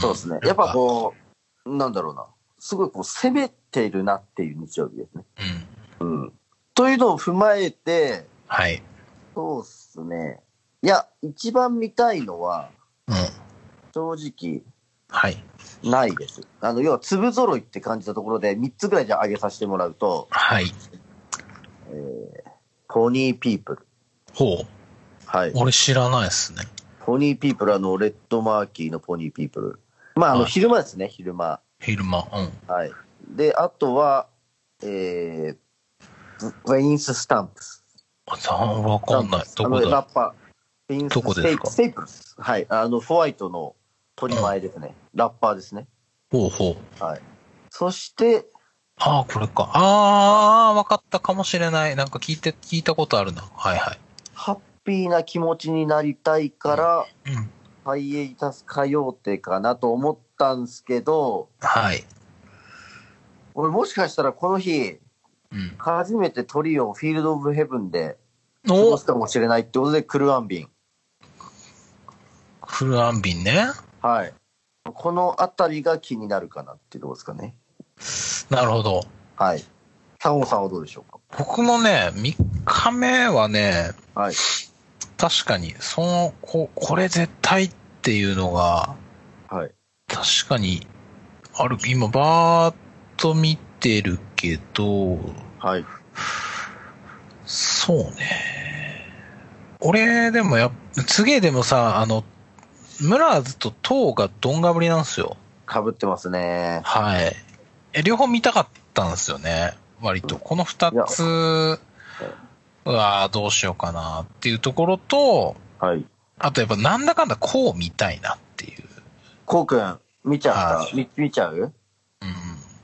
そうですね。なやんっかぱこう、なんだろうな。すごいこう攻めているなっていう日曜日ですね。うん。うん。というのを踏まえて、はい。そうっすね。いや、一番見たいのは、うん。正直、はい。ないです。あの、要は粒揃いって感じたところで、3つぐらいじゃあ上げさせてもらうと、はい。えー、ポニーピープル。ほう。はい。俺知らないっすね。ポニーピープル、あの、レッドマーキーのポニーピープル。まあ、あの、はい昼間ですね、昼間。昼間。うん。はい。で、あとは、えー、ブレインススタンプス。あさあ、わかんない。どこあのラだッパー。ブレインスどこですかステイプルス。はい。あの、ホワイトの取り前ですね。ラッパーですね。ほうほう。はい。そして、ああ、これか。ああ、わかったかもしれない。なんか聞いて、聞いたことあるな。はいはハッピーな気持ちになりたいから、い。うん。ハイエイタスカヨーテかなと思ったんですけど、はい。俺もしかしたらこの日、うん。初めてトリオをフィールド・オブ・ヘブンで過おごすかもしれないってことで、クルアンビン。フルアンビンね。はい。このあたりが気になるかなっていうところですかね。なるほど。はい。サモさんはどうでしょう僕もね、3日目はね、かはい。確かに、その、こ、これ絶対っていうのが、はい。確かに、ある、今、バーっと見てるけど、はい。そうね。俺、でもやっ、次へでもさ、あの、ムラーズとトーがどんがぶりなんですよ。かぶってますね。はい。え、両方見たかったんですよね。割と。この二つはどうしようかなっていうところと、はい。あとやっぱなんだかんだこう見たいなっていう。こうくん、見ちゃっはた見見ちゃううん。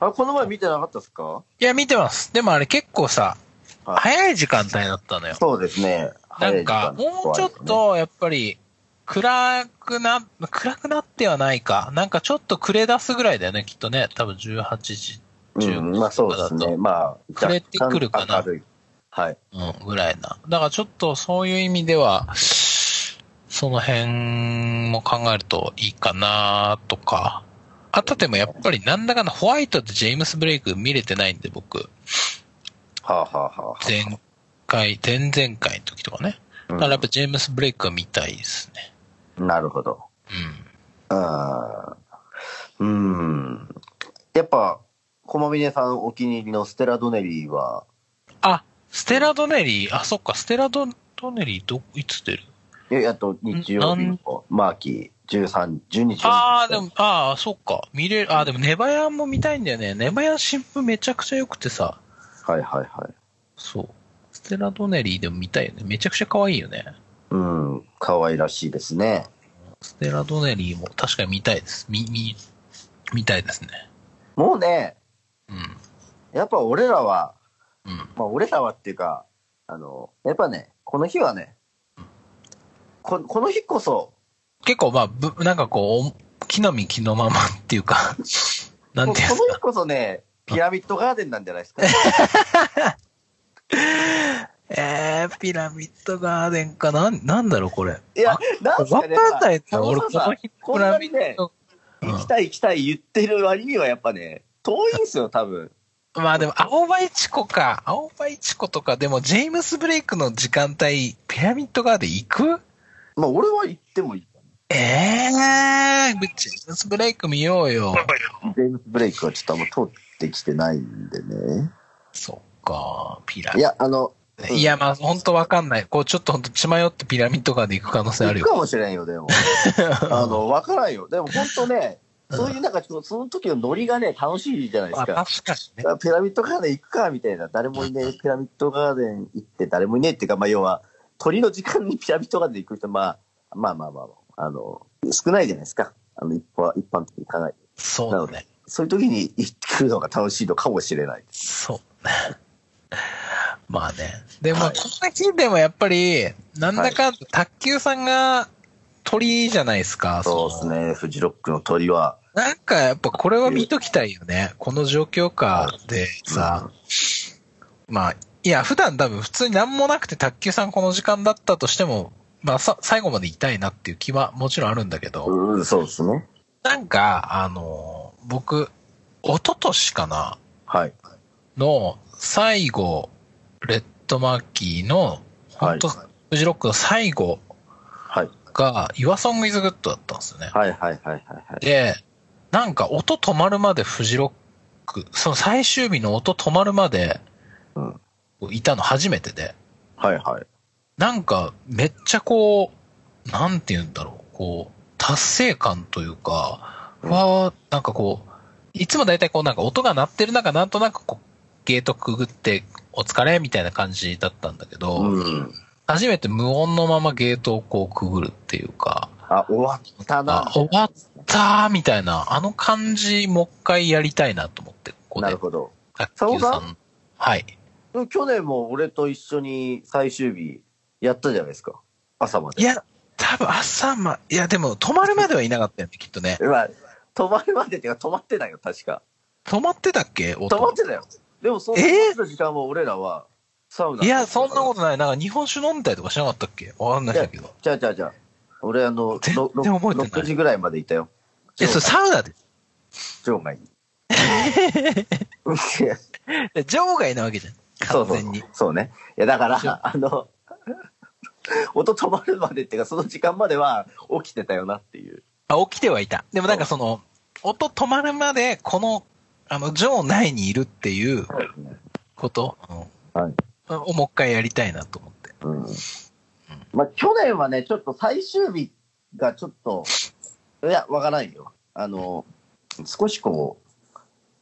あ、この前見てなかったですかいや、見てます。でもあれ結構さ、はい早い時間帯だったのよ。そうですね。なんか、もうちょっと。と、やっぱり、暗くな、暗くなってはないか。なんかちょっと暮れ出すぐらいだよね、きっとね。多分18時、うん、まあそうですね。まあ、触れてくるかな若干明るいはい。うん、ぐらいな。だからちょっとそういう意味では、その辺も考えるといいかなとか。あとでもやっぱりなんだかんだホワイトとジェームス・ブレイク見れてないんで僕。はあ、はあは前回、前々回の時とかね。あだからやっぱジェームス・ブレイクは見たいですね。うんなるほど。うん。あーうん。やっぱ、コマミネさんお気に入りのステラ・ドネリーは、あ、ステラ・ドネリー、あ、そっか、ステラド・ドネリーど、いつ出るいや、やっと日曜日のマーキー13、12時。ああ、でも、ああ、そっか、見れる、ああ、でも、ネバヤンも見たいんだよね。ネバヤン新聞めちゃくちゃ良くてさ、はいはいはい。そう。ステラ・ドネリーでも見たいよね。めちゃくちゃ可愛いよね。うん、可愛らしいですね。ステラ・ドネリーも確かに見たいです。見、見、見たいですね。もうね、うん。やっぱ俺らは、うん。まあ俺らはっていうか、あの、やっぱね、この日はね、ここの日こそ、結構、まあ、ぶ、なんかこう、木の実木のままっていうか、 なんていうんですこのか日。こそね、ピラミッドガーデンなんじゃないですか。 えー、ピラミッドガーデンかなん、なんだろう、これ。いや、なんすかね。わかんないんだよまあ俺このさこの日こんなにね、うん行きたい行きたい言ってる割にはやっぱね、遠いんですよ、多分。まあでも、青葉一子か。青葉一子とか、でも、ジェームス・ブレイクの時間帯、ピラミッドガーデン行くまあ俺は行ってもいい。ええー、ジェームス・ブレイク見ようよ。ジェームズ・ブレイクはちょっとあんま通ってきてないんでね。そっか、ピラいミッや、あの、ド。いや、まあ、ほんとわかんない。こう、ちょっとほんと血迷ってピラミッドガーデン行く可能性ある行くよ。かもしれん よ、でも。あの、わからんよ。でも本当ね、そういうなんか、その時のノリがね、楽しいじゃないでまあ、すか。確かにね。ピラミッドガーデン行くか、みたいな。誰もいね え、ピラミッドガーデン行って、誰もいねえっていうか、まあ要は、鳥の時間にピラミッドガーデン行く人、まあ、まあまあまあまあ、あの、少ないじゃないですか。あの、一般、一般的に考えて。そうだね。そういう時に行ってくるのが楽しいのかもしれない。そうね。まあね。でも、はこいの日でもやっぱり、なんだかんだ、卓球さんが鳥じゃないですか。そうのですね、フジロックの鳥は。なんかやっぱこれは見ときたいよね。この状況下でさ、まあ、いや、普段多分普通に何もなくて卓球さんこの時間だったとしても、まあさ、最後までいたいなっていう気はもちろんあるんだけど、うん、そうですね。なんか、あの、僕、一昨年かなはい。の最後、レッドマーキーの、は本い当フジロックの最後はい。が、Your Song is Good だったんですよね。はいはいはいはいはい。で、なんか音止まるまでフジロック、その最終日の音止まるまでうんいたの初めてで、はいはい。なんかめっちゃこう、なんて言うんだろう、こう、達成感というか、うんわー、なんかこう、いつもだいたいこうなんか音が鳴ってる中、なんとなくこう、ゲートくぐって、お疲れみたいな感じだったんだけど、うん。初めて無音のままゲートをこうくぐるっていうか、あ、終わったな。あ終わったーみたいな、あの感じ、もう一回やりたいなと思って、ここなるで。ほど。卓佐球野ささんん。はい。うん去年も俺と一緒に最終日やったじゃないですか。朝まで。いや、多分朝ま、いや、でも泊まるまではいなかったよね、きっとね。 まあ、泊まるまでっていうか、泊まってないよ、確か。泊まってたっけ泊まっ音。てたよ。でも、その、えー泊まってた時間は俺らは、サウナ。いや、そんなことない。なんか日本酒飲んだりとかしなかったっけわかんないんだけど。じゃあじゃあじゃあ。俺、あの、全然ろろ覚えてない6時ぐらいまでいたよ。え、それサウナで 場外に。いや場外なわけじゃん。そ完うそう全に。。そうね。いや、だかそうら、あの、音止まるまでっていうか、その時間までは起きてたよなっていう。あ、起きてはいた。でもなんかその、音止まるまで、この、あの、場内にいるっていうこと、はいうんをもう一回やりたいなと思って。うんまあ、去年はね、ちょっと最終日がちょっと、いや、わからんよ。あの、少しこ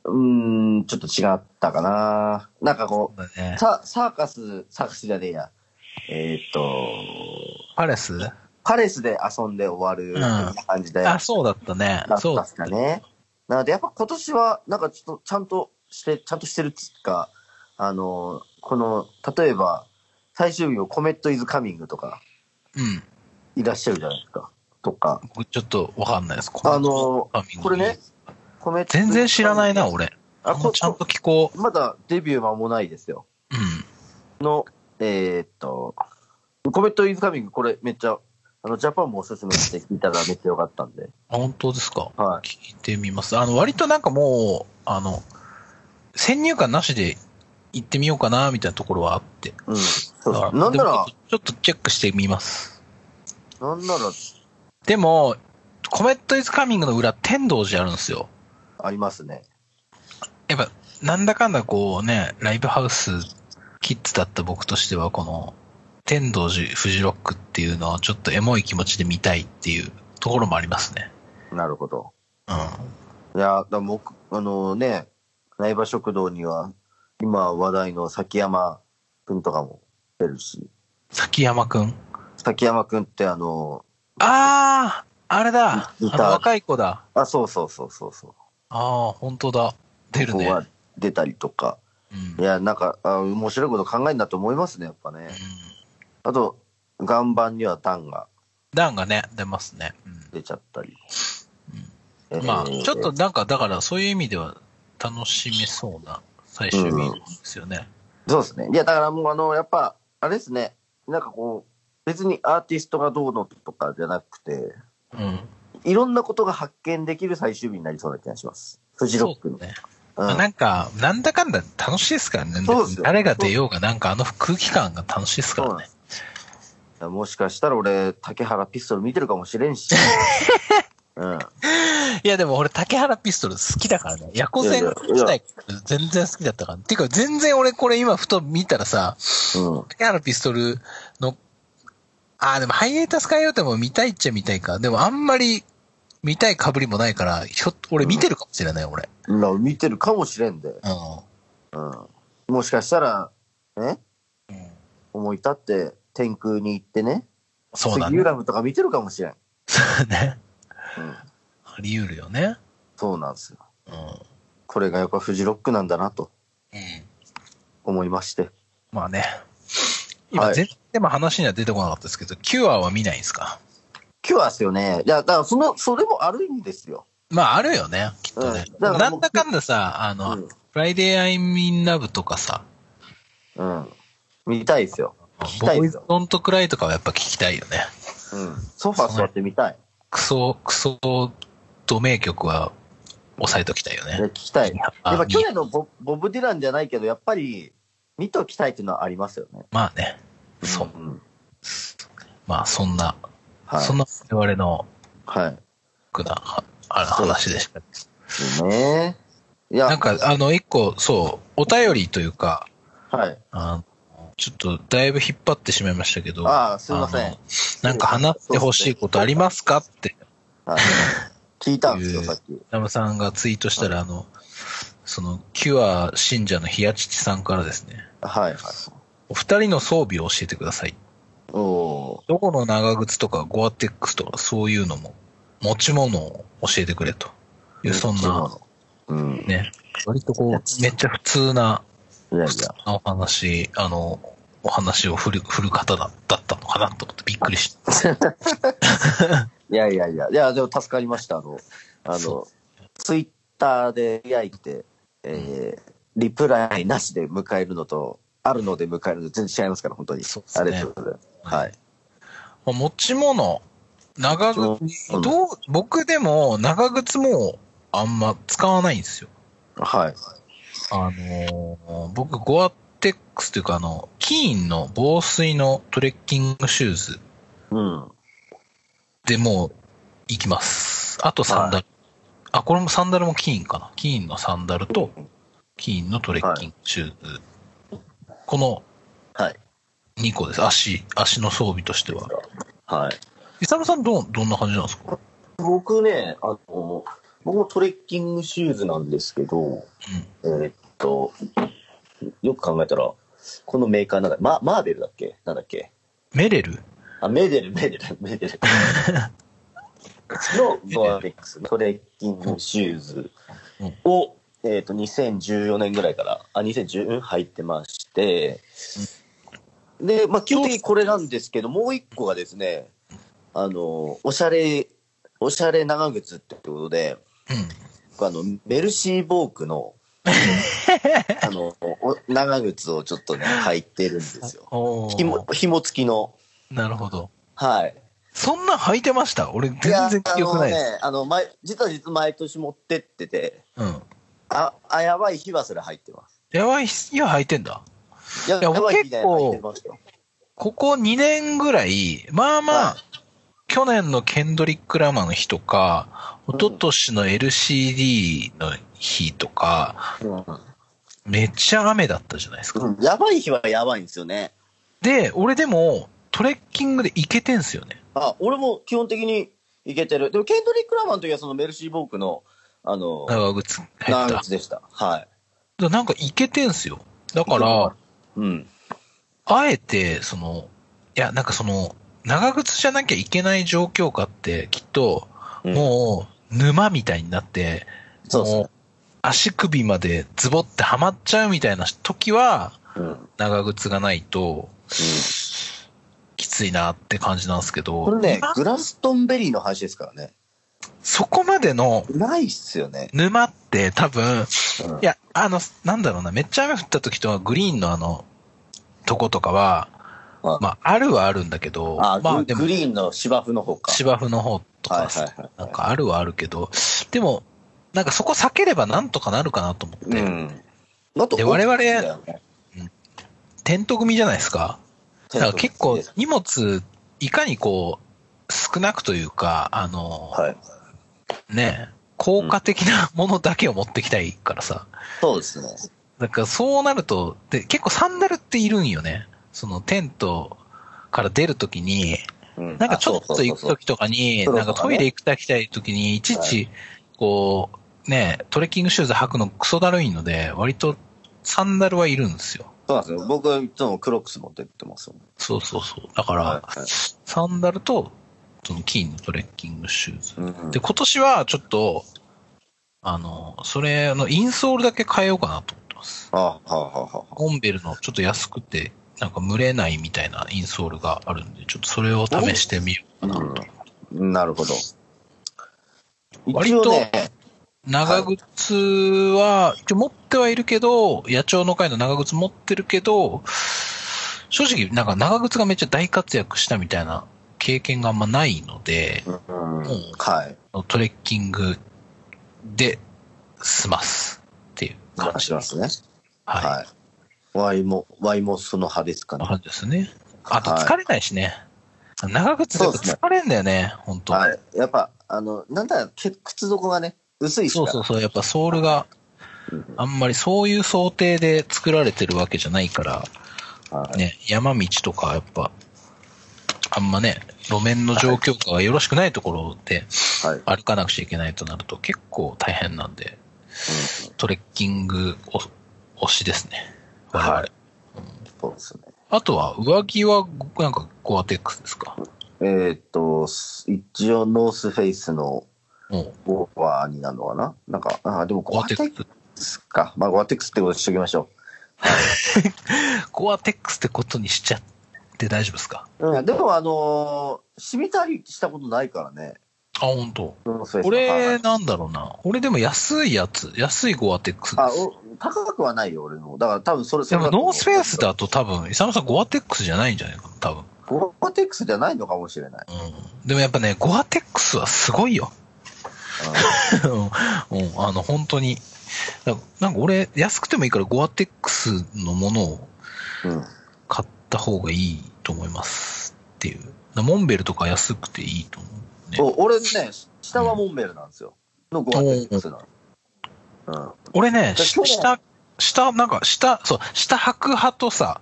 う、うーん、ちょっと違ったかな。なんかこそうだねう、ササーカス、サーカスじゃねえや。えーっと、パレスパレスで遊んで終わるうん感じで、だあ、っそうだったねた。そうだっっすたか。ね。なので、やっぱ今年は、なんかちょっとちゃんとして、ちゃんとしてるっつうか、あの、この、例えば、最終日をコメットイズカミングとか、うん。いらっしゃるじゃないですか。とか、僕ちょっとわかんないです。あコメンのトタイミングこれね。コメ全然知らないな、。俺。あ、もこうちゃんと聞こまだデビュー間もないですよ。う。うん。の、えーっと、コメットイズカミング、これめっちゃ、あの、ジャパンもおすすめして聞いたらめっちゃよかったんで。あ本当ですかは聞いてみます。あの、割となんかもう、あの、先入観なしで行ってみようかな、みたいなところはあって。い。うん。そうあそうなんなでらも、ちょっとチェックしてみます。なんなら、でも、コメットイズカミングの裏、天童寺あるんですよ。ありますね。やっぱ、なんだかんだこうね、ライブハウスキッズだった僕としては、この、天童寺フジロックっていうのはちょっとエモい気持ちで見たいっていうところもありますね。なるほど。うん。いや、だから僕、あのね、苗場食堂には、今話題の崎山くんとかも出るし、崎山くん。崎山くんってあの、あー、あれだ。あいのた若い子だ。あ、そうそうそうそうそう。あー、本当だ。出るここね。は出たりとか、うんいや、なんか、あ面白いこと考えんなと思いますね、やっぱねうん。あと、岩盤にはタンがダンがね、出ますね。うん出ちゃったり。まあ、えーちょっと、なんか、だから、そういう意味では、楽しめそうな最終日ですよね。そうですね。いや、だからもう、あの、やっぱ、あれですね、なんかこう、別にアーティストがどうのとかじゃなくて、うん。いろんなことが発見できる最終日になりそうな気がします。フジそロックのう。ね。うまあんなんか、なんだかんだ楽しいですからね。そうですよ誰が出ようが、なんか、あの空気感が楽しいですかそうならんでね。すいやもしかしたら俺、竹原ピストル見てるかもしれ んし。うん。いや、でも俺、竹原ピストル好きだからね。夜行性の時代、全然好きだったから。ていうか、全然俺、これ今、ふと見たらさ、うん。竹原ピストルの、ああ、でも、ハイエータスカイオーテも見たいっちゃ見たいか。でも、あんまり、見たい被りもないから、ひょっ俺見てるかもしれない、俺。な見てるかもしれんで。うん。うんもしかしたら、ね、思い立って天空に行ってね、そうだ杉ね。浦ムとか見てるかもしれん。 ね。うん、あり得るよね。そうなんですよ。うん。これがやっぱフジロックなんだなと思いまして。まあね。今、はい全然でも話には出てこなかったですけど、キュアは見ないんですか今日はですよね。いや、だからその、それもあるんですよ。まあ、あるよね、きっとねうん。だからなもんうだかんださ、あの、うんフライデー・アイ・ミン・ラブとかさ、うん。見たいですよ。聞きボたいーでイすズよ・。ドント・クライとかはやっぱ聞きたいよね。うん。ソファー座ってみたい。クソ、クソ、ド名曲は押さえときたいよいやね。聞きたい。やっあぱ去年のボボブ・ディランじゃないけど、やっぱり見ときたいっていうのはありますよね。まあね。そう。ん。まあ、そんな、はい。そんな我々の、はい。くな、はあの話でした。ですね。いや、なんか、あの、一個、そう、お便りというか、はい。あのちょっと、だいぶ引っ張ってしまいましたけど、ああ、すいませあんの。なんか話してほしいことありますかって、はい聞いたんですよ、さっき。ラムさんがツイートしたら、あの、その、キュア信者のヒヤチチさんからですね、はいはい。お二人の装備を教えてください。おおどこの長靴とかゴアテックスとかそういうのも、持ち物を教えてくれといー。う、そん持ちな物うん。いね。割とこう、めっちゃ普通な、やい普通や。なお話、あの、お話を振る、振る方だだったのかなと思ってびっくりした。いやいやいや。いや、でも助かりました。あの、あのそ、ツイッターで開いて、えー、リプライなしで迎えるのと、あるので迎えるの全然違いますから、本当に。そうですあねれとうございます。はい。まあ持ち物、長靴、うんどう、僕でも長靴もあんま使わないんですよ。はい。あのー僕、ゴアテックスというか、あの、キーンの防水のトレッキングシューズうん。でもう行きます。あとサンダル。あ、これもサンダルもキーンかな。キーンのサンダルと、キーンのトレッキングシューズ。このはい。 2個です。足、足の装備としては。はい。イサムさんどう、どんな感じなんですか僕ね、あの、僕もトレッキングシューズなんですけど、えーっと、よく考えたら、このメーカーなんか、ママーベルだっけなんだっけメレルあ、メーデル、メーデル、メーデル。のゴアテックスのトレッキングシューズを、えっ、と、2014年ぐらいから、あ、2010入ってまして、で、まあ、基本的にこれなんですけど、もう一個がですね、あの、おしゃれ、おしゃれ長靴ってことで、うん。僕あの、メルシーボー クの、あの、お長靴をちょっとね、履いてるんですよ。おー紐、紐付きの、なるほど。はい。そんな履いてました俺全然記憶ないいでやす。あのね、あの毎実は実は毎年持ってってて、うん。あ、あやばい日はそれ入ってます。やばい日は履いてんだ。やいやばい僕日結構入ってますよ。ここ2年ぐらい、まあまあ、はい去年のケンドリック・ラマの日とか、一昨年の LCD の日とか、めっちゃ雨だったじゃないですか。うんやばい日はやばいんですよね。で、俺でも、トレッキングで行けてんすよね。あ、俺も基本的にいけてる。でも、ケンドリック・ラマンの時はそのメルシー・ボークの、あの、長靴入っ長た靴でした。はい。。でなんか行けてんすよ。だから、うん。あえて、その、いや、なんかその、長靴じゃなきゃいけない状況下って、きっと、うんもう、沼みたいになって、そうですもう足首までズボってはまっちゃうみたいな時は、ね。うん。長靴がないと、きついなって感じなんですけど、これね今、グラストンベリーの話ですからね。そこまでのないっすよね。沼って多分、うんいや、あの、なんだろうな、めっちゃ雨降った時とはグリーンのあの、とことかは、あまあ、あるはあるんだけど、あ、まあ、グでグも、リーンの芝生の方か。芝生の方とはいか、はいはい。なんかあるはあるけど、でも、なんかそこ避ければなんとかなるかなと思って、うん。あとで我々大きいんだよねテント組じゃないですか。だから結構荷物、いかにこう、少なくというか、あの、はい。ね、効果的なものだけを持ってきたいからさ。そうですね。だからそうなると、で、結構サンダルっているんよね。そのテントから出るときに、うんなんかちょっと行くとき。きとかに、あそうそうなそんうかトイレ行きたい行きたいときに、いちいち、こう、ね、トレッキングシューズ履くのクソだるいので、割とサンダルはいるんですよ。そうなんですよ。僕はいつもクロックス持ってってますもん。そうそうそう。だかはらいはい、サンダルと、その金のトレッキングシューズ。うんで、今年はちょっと、あの、それのインソールだけ変えようかなと思ってます。あ、はあ、はあ、はあ。ゴンベルのちょっと安くて、なんか蒸れないみたいなインソールがあるんで、ちょっとそれを試してみようかなと。うんなるほど。割一と応ね、長靴は、一応持ってはいるけど、野鳥の会の長靴持ってるけど、正直なんか長靴がめっちゃ大活躍したみたいな経験があんまないので、うんはい。トレッキングで済ますっていう感話じしで。ますすね。はい。はい。ワイも、ワイもその派ですかなね。感じですね。あとはい疲れないしね。長靴だと疲れんだよね、本当、はい。やっぱ、あの、なんだ、け靴底がね、薄いしそうら。そうそそう、やっぱソールがうん、あんまりそういう想定で作られてるわけじゃないから、う。はい。ね、山道とかやっぱ、あんまね、路面の状況がよろしくないところではい歩かなくちゃいけないとなると結構大変なんで、トレッキング推しですね。我々はいそうですね。あとは上着はなんかゴアテックスですかえーっと、一応ノースフェイスの、うもオーバーになるのかななんか、あーでもう、コゴアアテテッックス。クスか。まあ、ゴアテックスってことにしときましょコアテックスってことにしちゃって大丈夫ですかう。うん、でも、あのー、染みたりしたことないからね。あ、本当。ノースフェイスの俺、はいなんだろうな。俺でも安いやつ、安いゴアテックスであす。お高くはないよ、俺の。だから多分それ、でも、それとノ思ーうスフェイス。だと多分、イサムさんゴアテックスじゃないんじゃないかな、多分。ゴアテックスじゃないのかもしれない。うん。でもやっぱね、ゴアテックスはすごいよ。 うん、うんあの、本当に。なんかなんか俺、安くてもいいから、ゴアテックスのものを うん。うん買った方がいいと思いますっていう。モンベルとか安くていいと思うね。お俺ね、下はモンベルなんですよ。のゴアテックスなの。俺ね、だしから下、下、なんか、下、そう、下履く派とさ、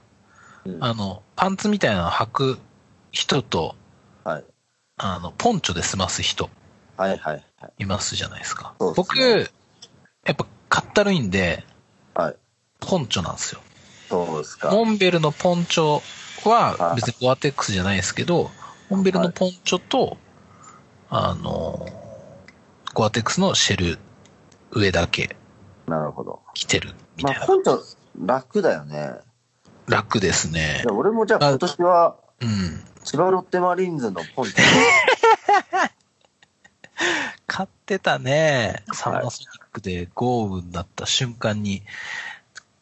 うん。うん、あの、パンツみたいなの履く人と、はいあの、ポンチョで済ます人はいはいはい。いますじゃないですか。そうです僕、ねやっぱ、かったるいんで、はいポンチョなんですよ。そうですか。モンベルのポンチョは、別にゴアテックスじゃないですけど、モンベルのポンチョと、あの、ゴアテックスのシェル上だけなるほど。着てるみまたいあ、な。本当楽だよね。楽ですねいや。俺もじゃあ今年は、うん。千葉ロッテマリーンズのポンチョ買ってたね。サマーソニックで豪雨になった瞬間に、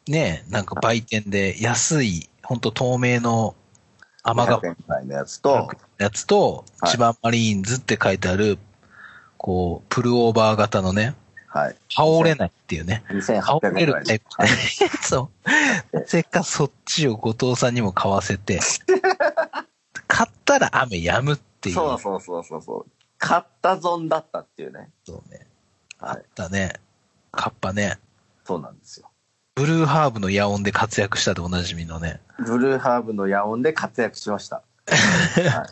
ねなんか売店で安い、ほんと透明の雨が100円くらいのやつと、やつと、はい千葉マリーンズって書いてある、こう、プルオーバー型のね、はい。羽織れないっていうね。羽2800円織れくらるいタイプ。はい そう。せっかそっちを後藤さんにも買わせて、買ったら雨やむっていう。そうそうそうそうそう。買った損だったっていうね。そうね。あはっい。たね。カッパね。そうなんですよ。ブルーハーブの野音で活躍したでおなじみのね。ブルーハーブの野音で活躍し ました。は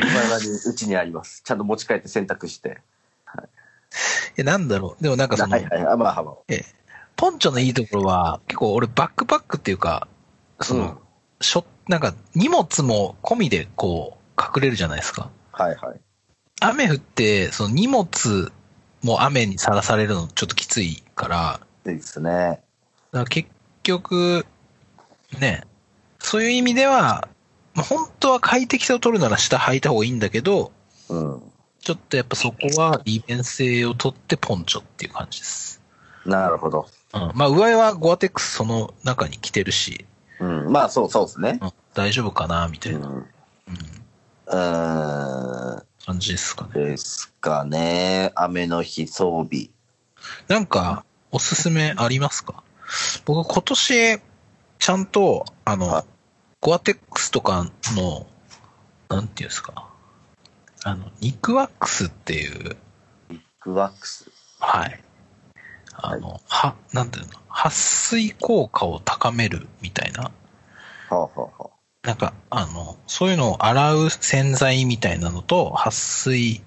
い。未だにうちにあります。ちゃんと持ち帰って洗濯して。え、なんだろう。でもなんかその、はいはい。アマハマを。え、ポンチョのいいところは、結構俺バックパックっていうか、その、うんしょ、なんか荷物も込みでこう、隠れるじゃないですか。はいはい。雨降って、その荷物も雨にさらされるのちょっときついから、だかいいですね。ら結局、ね、そういう意味では、まあ、本当は快適さを取るなら下履いた方がいいんだけど、うん。ちょっとやっぱそこは利便性を取ってポンチョっていう感じです。なるほど。うん。まあ上はゴアテックスその中に着てるし、うん。まあそうそうですね。うん、大丈夫かなみたういん。な、ううん、ーん。感じですかね。ですかね。雨の日装備。なんか、おすすめありますか僕今年、ちゃんと、あの、はいゴアテックスとかの、なんていうんですか、あの、肉ワックスっていう、クワックス。はい。あの、は、なんていうの、撥水効果を高めるみたいなはあ、はあはなんか、あの、そういうのを洗う洗剤みたいなのと、撥水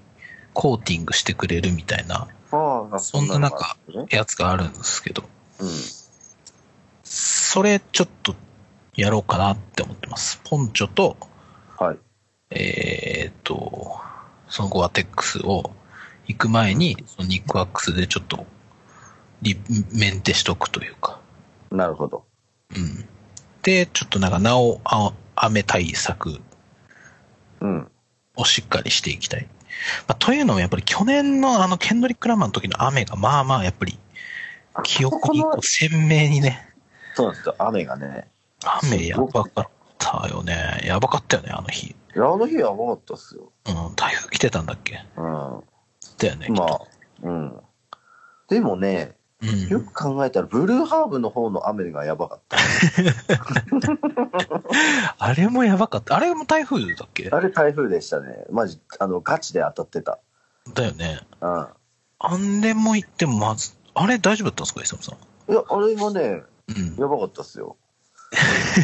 コーティングしてくれるみたいなあ、はあ、そんな中そんなのもあるんでやつがあるんですけど、すそれちょっとやろうかなって思ってます。ポンチョと、ね。うん。はい。えーっと、そのゴアテックスを行く前に、そのニックワックスでちょっとリメンテしとくというか、なるほど。うん。で、ちょっとなんか、なお、あ雨対策うん。をしっかりしていきたい。まあ、というのもやっぱり去年のあのケンドリック・ラマーの時の雨がまあまあやっぱり記憶にこう鮮明にね、そうなんですよ。雨がね。雨やばかったよね。やばかったよね、あの日。いや、あの日は重かったっすよ。うん、台風来てたんだっけうん。まだよね。あ、うん。でもね、うんよく考えたら、ブルーハーブの方の雨がやばかった。あれもやばかった。あれも台風だっけあれ台風でしたね。マジ、あの、ガチで当たってた。だよね。うん。あんでも行ってもまず、あれ大丈夫だったんですか、イサムさん。いや、あれもね、うん。やばかったっすよ。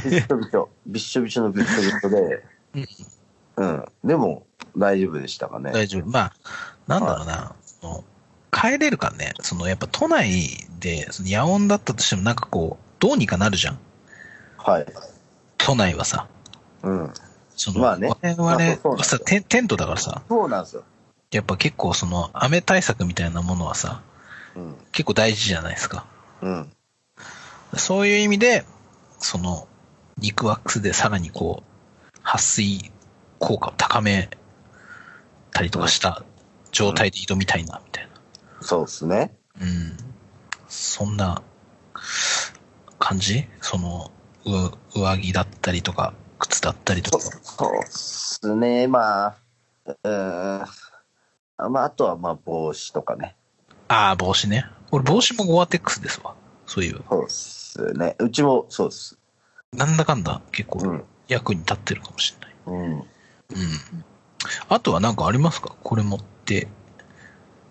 びっしょびしょ。びっしょびしょのびっしょびしょで。うん。でも、大丈夫でしたかね。大丈夫。まあ、なんだろうな。その帰れるかね。そのやっぱ都内で、その野音だったとしてもなんかこう、どうにかなるじゃん。はい。都内はさ、うん。その、まあね我々まあそうそうなんはですさよテン、テントだからさ、そうなんですよ。やっぱ結構その雨対策みたいなものはさ、うん。結構大事じゃないですか。うん。そういう意味で、その、肉ワックスでさらにこう、撥水効果を高めたりとかした状態で挑みたいな、みたいそうですね。な。うん。そんな感じその、う上着だったりとか、靴だったりとか。そうっすね。まあ、うーん。あまあ、あとは、まあ、帽子とかね。ああ、帽子ね。俺帽子もゴアテックスですわ。そういう。そうっすね。うちも、そうっす。なんだかんだ結う構ん。役に立ってるかもしれない。うん。うん。あとはなんかありますかこれ持って。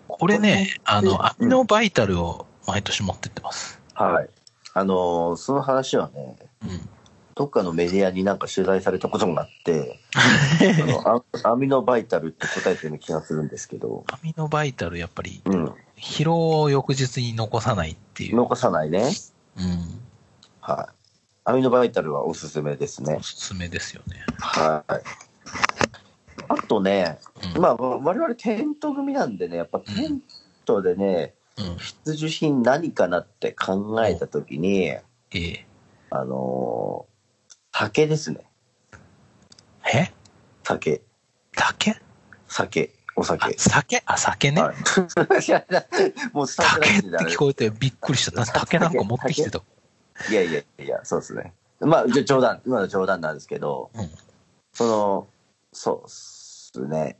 これね、あの、アミノバイタルを毎年持ってってます。はい。あのーその話はね、うん。どっかのメディアになんか取材されたこともあって、あのアアミノバイタルって答えてるような気がするんですけど、アミノバイタル、やっぱり、うん。疲労を翌日に残さないっていう。残さないね。うん。はい。アミノバイタルはおすすめですねお。すすめですよね。はい。あとね、うん。まあ、わ我々テント組なんでね、やっぱテントでね、うん、必需品何かなって考えたときに、ええあのー酒ですね。え酒。竹酒。おあ酒。酒あ、酒ね。はい。いやいや もう伝わ竹なっいてんであれ聞こえてびっくりしちゃった。竹なんか持ってきてた。いやいやいや、そうですね。まあ、じゃ冗談、今の冗談なんですけど、うん。その、そうですね。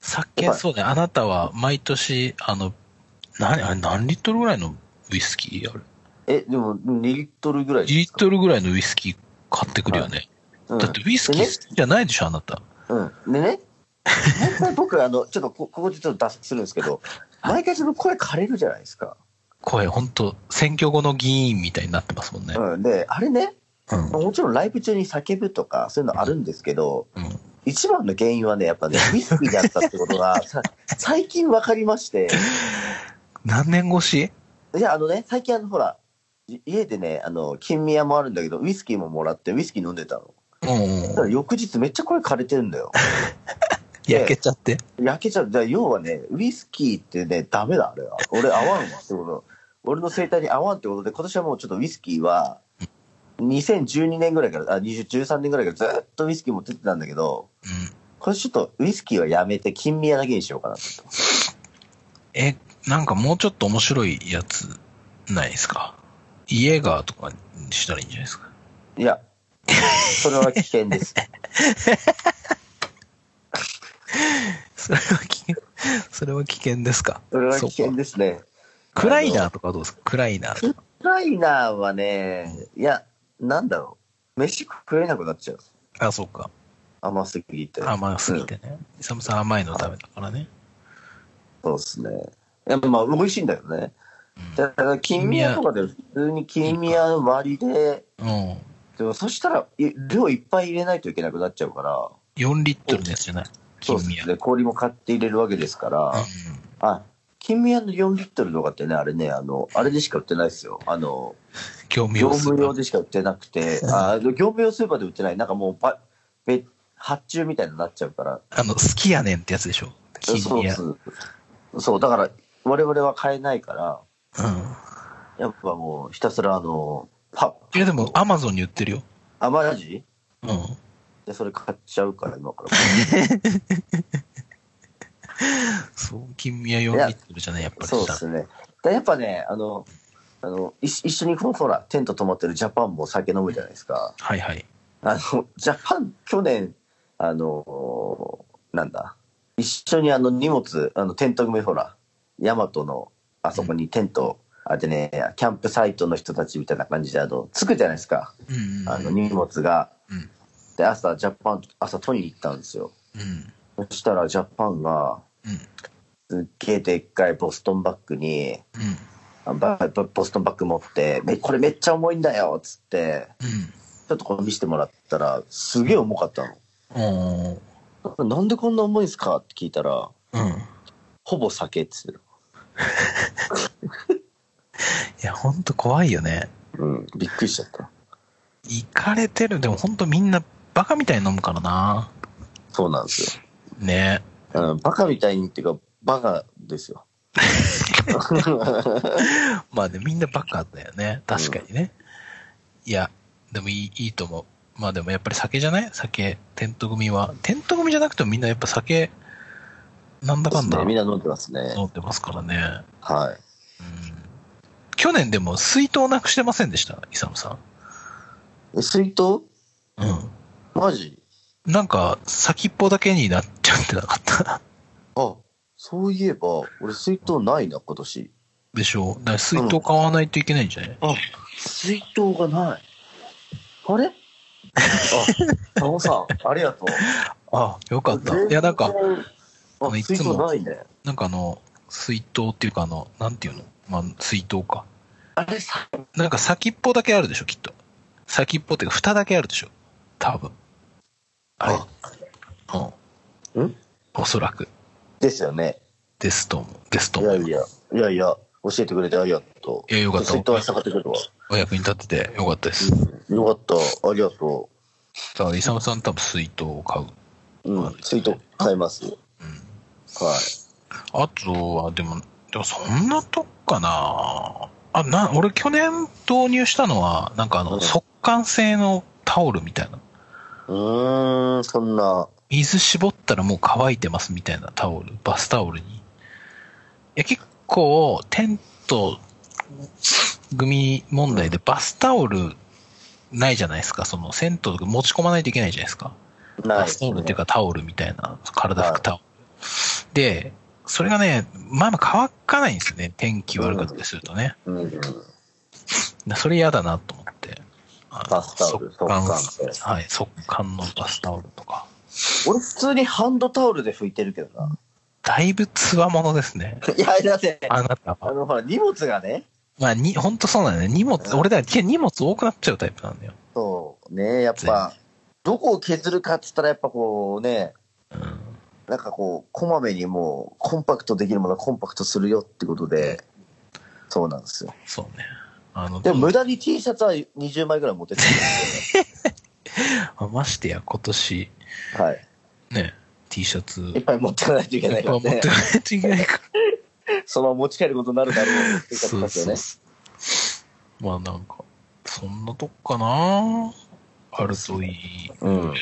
酒、やっぱそうね。あなたは毎年、あの、何、あれ何リットルぐらいのウイスキーあるえ、でも2リットルぐらい2リですットルぐらいのウイスキー買ってくるよね。うんだってウイスキー好きじゃないでしょ、あなた。うん。でね、毎回僕、あの、ちょっとこ、ここでちょっと脱出するんですけど、毎回その声枯れるじゃないですか。声、ほんと、選挙後の議員みたいになってますもんね。うん。で、あれね、うん。もちろんライブ中に叫ぶとか、そういうのあるんですけど、うん一番の原因はね、やっぱね、ウイスキーだったってことが、さ最近分かりまして、何年越しいや、あのね、最近あの、ほら、い家でね、あの、金宮もあるんだけど、ウイスキーももらって、ウイスキー飲んでたの。うんだか。ら翌日めっちゃ声枯れてるんだよ。焼けちゃって。焼けちゃう。だから要はね、ウイスキーってね、ダメだ、あれは。俺合わんわ、ってこと。俺の生態に合わんってことで、今年はもうちょっとウイスキーは、2012年ぐらいから、あ、2013年ぐらいからずっとウイスキー持ってってたんだけど、うん。これちょっとウイスキーはやめて、金宮だけにしようかなと。え、なんかもうちょっと面白いやつ、ないですかイエーガーとかにしたらいいんじゃないですか。いや、それは危 険です。それは 危険、それは危険ですかそれは危険そうかですね。クライナーとかはどうですかクライナーとか。ウクライナーはね、いや、なんだろう。飯食えなくなっちゃう。あ、そうか。甘すぎて。甘すぎてね。イサムさん甘いのダメだからね。そうですね。いやまあ、美味しいんだよね。だから、金宮とかで普通に金宮割りで、うん。でもそしたら、い量いっぱい入れないといけなくなっちゃうから、 4リットルのやつじゃないそう金で宮すね。氷も買って入れるわけですから、うあ、金宮の4リットルとかってね、あれね、あの、あれでしか売ってないですよ。あの、ん業務業用ス務ーパ用ーでしか売ってなく て、あ業務用スーパーで売ってない、なんかもうパ、べ発注みたいになっちゃうから、あの、好きやねんってやつでしょ。金そう宮。そううそう、だから、我々は買えないから、ん。やっぱもう、ひたすら、あの、パいや、でも、アマゾンに売ってるよ。アマラジうん。で、それ買っちゃうから、今から。 そう、金宮4リットルじゃない、やっぱりそうでさ。すね。でやっぱね、あの、あの一一緒にこのほら、テント泊まってるジャパンも酒飲むじゃないですか。はいはい。あの、ジャパン、去年、あの、なんだ、一緒にあの荷物、あの、テント組ほら、ヤマトの、あそこにテント、あでね、キャンプサイトの人たちみたいな感じで、あの、つくじゃないですか。うんうん。あの、荷物が。うん。で、朝、ジャパン、朝取りに行ったんですよ。うん。そしたら、ジャパンが、うん。すっげえでっかいボストンバッグに、うん。あババボストンバッグ持って、めこれめっちゃ重いんだよっつって、うん。ちょっとこれ見せてもらったら、すげえ重かったおーの。なんでこんな重いんすかって聞いたら、うん。いほぼ酒っつうや、ほんと怖いよね。の。うん、びっくりしちゃった。行かれてる。でも、ほんとみんな、バカみたいに飲むからな。そうなんですね。よ。うん、バカみたいにっていうか、バカですよ。まあね、みんなバカだよね。確かにね。いや、でもいい、いいと思う。まあでもやっぱり酒じゃない酒、テント組は。テント組じゃなくてもみんなやっぱ酒、なんだかんだみんな飲んでますね。飲んでますからね。はい。うん去年でも水筒なくしてませんでした、イサムさえ水筒ん。うん。マジなんか、先っぽだけになっちゃってなかったあ、そういえば、俺水筒ないな、今年。でしょう。だから水筒買わないといけないんじゃない、あ、水筒がない。あれあ、タモさん、ありがとう。ああ、よかった。全然いや、なんか、、あ、いつ水も筒ないね。なんかあの、水筒っていうかあの、なんていうのまあ、水筒か。あれさ、なんか先っぽだけあるでしょ、きっと。先っぽっていうか、蓋だけあるでしょ。多分。あれうん。んおそらく。ですよね。ですと思う。ですとい思やう。いや、いやいや、教えてくれてありがとう。いやよかった水筒明日買ってくるわ。お役に立っててよかったです。よかった、ありがとだから、イサムさん多分水筒を買う。う。うん、水筒買います。はい。うん。あとは、でも、でもそんなとこかなあ、な、俺去年導入したのは、なんかあうの、ん速乾性のタオルみたいな。うーん、そんな。水絞ったらもう乾いてますみたいなタオル、バスタオルに。いや、結構、テント組問題でバスタオルないじゃないですか。その、銭湯とか持ち込まないといけないじゃないですか。ないバスタオルっていうかタオルみたいな、体拭くタオル。で、それがね、まあまあ乾かないんですよね。天気悪かったりするとね。うん、それ嫌だなと思って。バスタオル速乾速乾ってはい、速乾のバスタオルとか。俺普通にハンドタオルで拭いてるけどな。だいぶつわものですね。いや、だって、あなたあは。の、ほら、荷物がね、まあ、に、ほんとそうなんだよね。荷物、俺だけ荷物多くなっちゃうタイプなんだよ。そう、ね、やっぱ、どこを削るかっつったら、やっぱこうね、うん。なんかこう、こまめにもう、コンパクトできるものはコンパクトするよってことで、そうなんですよ。そうね。あの、でも、無駄に T シャツは20枚ぐらい持ってってるんですまましてや、今年、よね。はい。ね、T シャツ、いっぱい持ってかないといけないから持っねて。ないといけないから。そのまま持ち帰ることになるだろうってそ言いう方ですそうそう。よね。まあ、なんか、そんなとこかなあるといい。うん。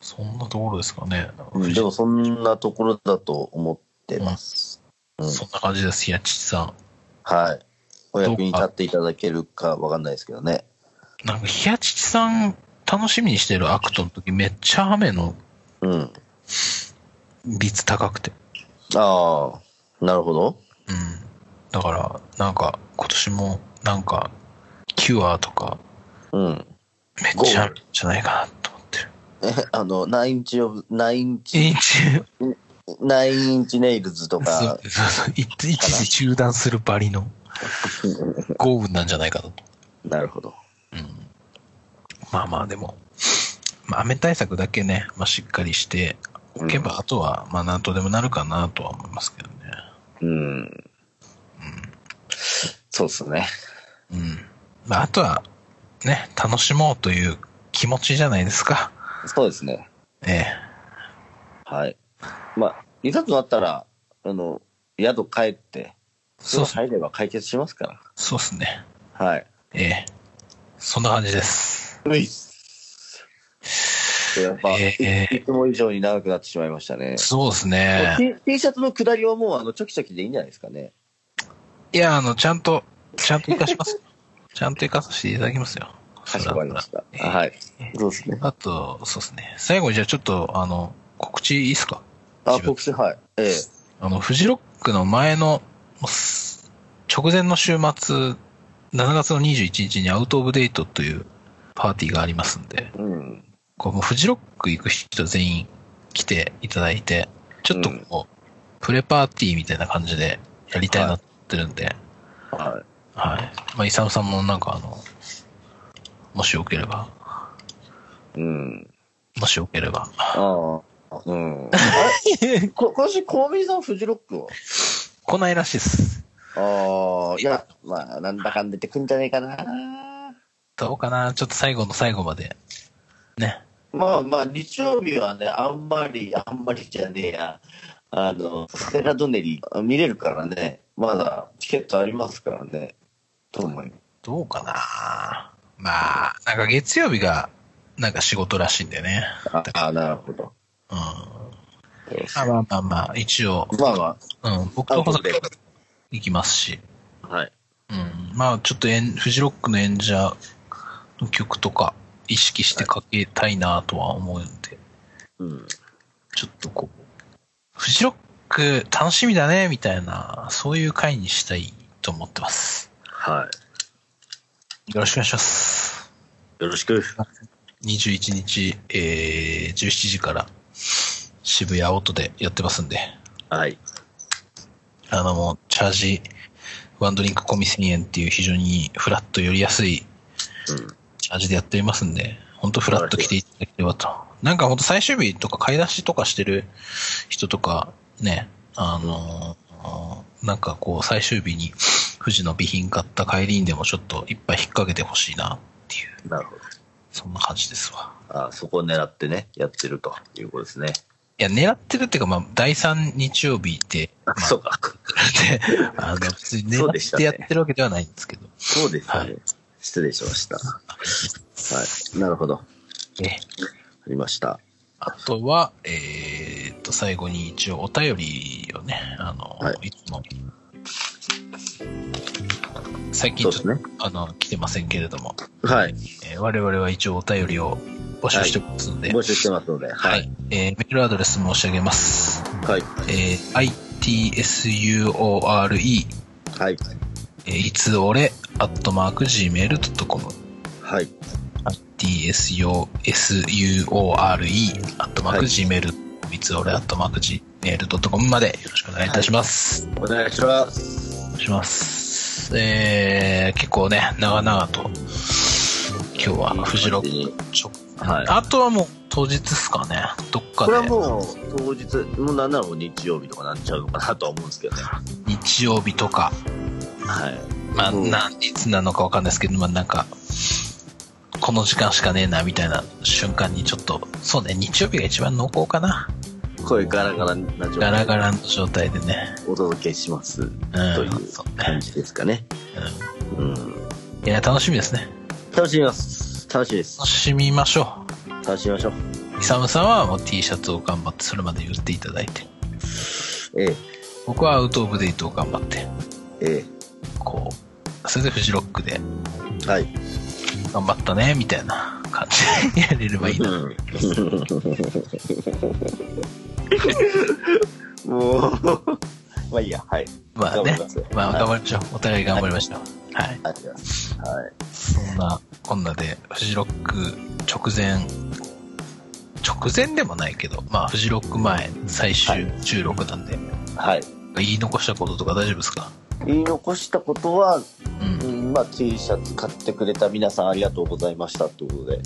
そんなところですかね。うん、でもそんなところだと思ってます。うんそんな感じです、やちさん。はい。お役に立っていただけるかわかんないですけどね。なんか、ひやちちさん、楽しみにしてるアクトの時、めっちゃ雨のうん。率高くて。ああ、なるほど。うん。だから、なんか、今年も、なんか、キュアとか、うん。めっちゃあるんじゃないかなと思ってる。え、あの、9インチオブ、9インチ、一日、 9インチネイルズとそかう、そうそう、一一時中断するバリ の豪雨なんじゃないかなと。なるほど。うん。まあまあ、でも、まあ、雨対策だけね、まあ、しっかりしておけば、あとは、まあ、なんとでもなるかなとは思いますけどね。うん。そうっすね。うん。まあ、あとは、ね、楽しもうという気持ちじゃないですか。そうですね。えはい。まあ、いざとなったら、あの、宿帰って、え。そうっす、入れば解決しますかそうっすね。ら。はい。ええ。そんな感じです。ういっすやっぱ、えーいいつも以上に長くなってしまいましたね。そうですね。 T, T シャツの下りはもうあのチョキチョキでいいんじゃないですかね。いや、あの、ちゃんと、ちゃんと活かします。 ちゃんと活かさせていただきますよ。かしこまりました。ええはい。そうですね。あと、そうですね。最後にじゃあちょっと、あの、告知いいっすかあ、自分国士、はい。ええ。あの、フジロックの前の、もうす直前の週末、7月の21日にアウトオブデートというパーティーがありますんで、うん。こう、もうフジロック行く人全員来ていただいて、ちょっとこう、プレパーティーみたいな感じでやりたいなって思ってるんで、ははい。まあ、イサムさんもなんかあの、もしよければ、い。うん。もしよければ。ああ。うん。あれこ今週、コンビニさん、フジロックを来ないらしいです。ああ、いや、まあ、なんだかんだ言ってくんじゃねえかな。どうかなちょっと最後の最後まで。ね。まあまあ、日曜日はね、あんまり、あんまりじゃねえや。あの、ステラ・ドネリー見れるからね、まだチケットありますからね、と思います。どうかなまあ、なんか月曜日が、なんか仕事らしいんだよね。ああ、なるほど。うん。まあまあまあまあ、一応、まあまうん、僕と保坂あ僕行きますし、あ、はい。うん。まあ、ちょっとエン、フジロックの演者の曲とか、意識してかけたいなとは思うんで、うん。ちょっとこう、フジロック楽しみだね、みたいな、そういう回にしたいと思ってます。はよろしくお願いします。い。よろしく。 21日、えー、17時から渋谷音でやってますんで、はい。あのもうチャージワンドリンク込み1000円っていう非常にフラットより安いチャージでやっておりますんで、本当フラット来ていただければと。なんか本当最終日とか買い出しとかしてる人とかね、あのーなんかこう最終日に富士の備品買った帰りにでもちょっと一杯引っ掛けてほしいなっていう、うん。なるほど。そんな感じですわ。ああそこを狙ってね、やってるということですね。いや、狙ってるっていうか、まあ、第3日曜日って、まあ、あ、 そうか。で、 あの、 別にそ狙うでしったてねやってるわけではないんですけど。そうですね。はい失礼しました。はい。なるほど。あえりました。あとは、えーっと、最後に一応お便りをね、あの、、はいつも、最近そうちでょっすと、ね。あの、来てませんけれども、はい。えー我々は一応お便りを募集してますんで、募集してますので。ははいい。、えーメールアドレス申し上げます。はえい。ー itsure はい。えーいつ俺、アットマーク、gmail.com、はい。 tsuore、アットマーはク、い gmail、いつ俺、アットマーク、gmail.com までよろしくお願いいたします。お願いします。お願いします。えー、結構ね、長々と、今日は、フジロッに。クちょ、はい。あとはもう、当日っすかね。どっかこれはで、もう当日、もうなんならもう日曜日とかなっちゃうのかなとは思うんですけどね。日曜日とか、はい。まあ、うんなんいつなのかわかんないですけど、まあ、なんか、この時間しかねえな、みたいな瞬間にちょっと、そうね、日曜日が一番濃厚かな。声ガラガラな状ガラ態ガでラの状態でね。お届けします。うんというそうね感じですかね。ううん。んいや、楽しみですね。楽しみます。楽しみです楽。しみましょ楽しみましょう。う。イサムさんはもう T シャツを頑張って、それまで売っていただいて。ええ、僕はアウトオブデートを頑張って、えこう、それでフジロックでえ、はい。頑張ったね、みたいな感じでやれればいいな。 うんもう、まあいいや、はい。まあ頑張ねりますよ。まあ、は頑張いりましょう。お互い頑張りましょう。はい。ありがとうございます。はい。そんなこんなで、フジロック直前、直前でもないけど、まあ、フジロック前、最終収録なんで、はい。言い残したこととか大丈夫ですか言い残したことは、うんう。んまあ、T シャツ買ってくれた皆さんありがとうございましたということで、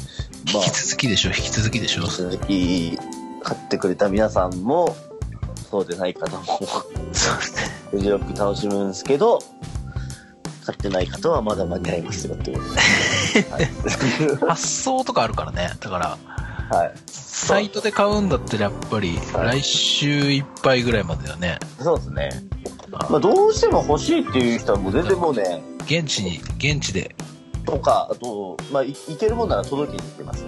ま引あ、き続きでしょ、引き続きでしょ。そう続き買ってくれた皆さんも、そうでない方も、ね。フジロック楽しむんですけど、買ってない方はまだ間に合いますよって ことで。発送とかあるからね。だから、はい。サイトで買うんだったらやっぱり、は来週いっぱいぐらいまではね、そうですね。あまあ、どうしても欲しいっていう人はもう全然もうね、現地に、現地でとか、あと、まあ、いいけるもんなら届けに行ってます。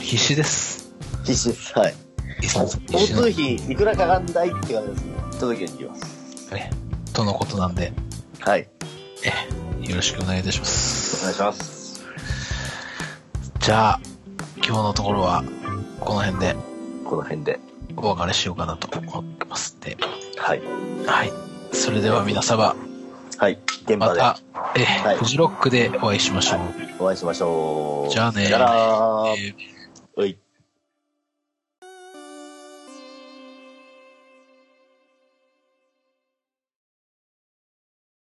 必死です。必死です。はい。必死交通費いくらかかんないって感じですね。届けに行きます。ね。とのことなんで、はい。えよろしくお願いいたします。お願いします。じゃあ、今日のところは、この辺でこの辺で。お別れしようかなと思ってますんで。はい。はい。それでは皆様、はい。現場までた、え、はいフジロックでお会いしましょう。お会いしましょう。じゃあねさよならえーはい。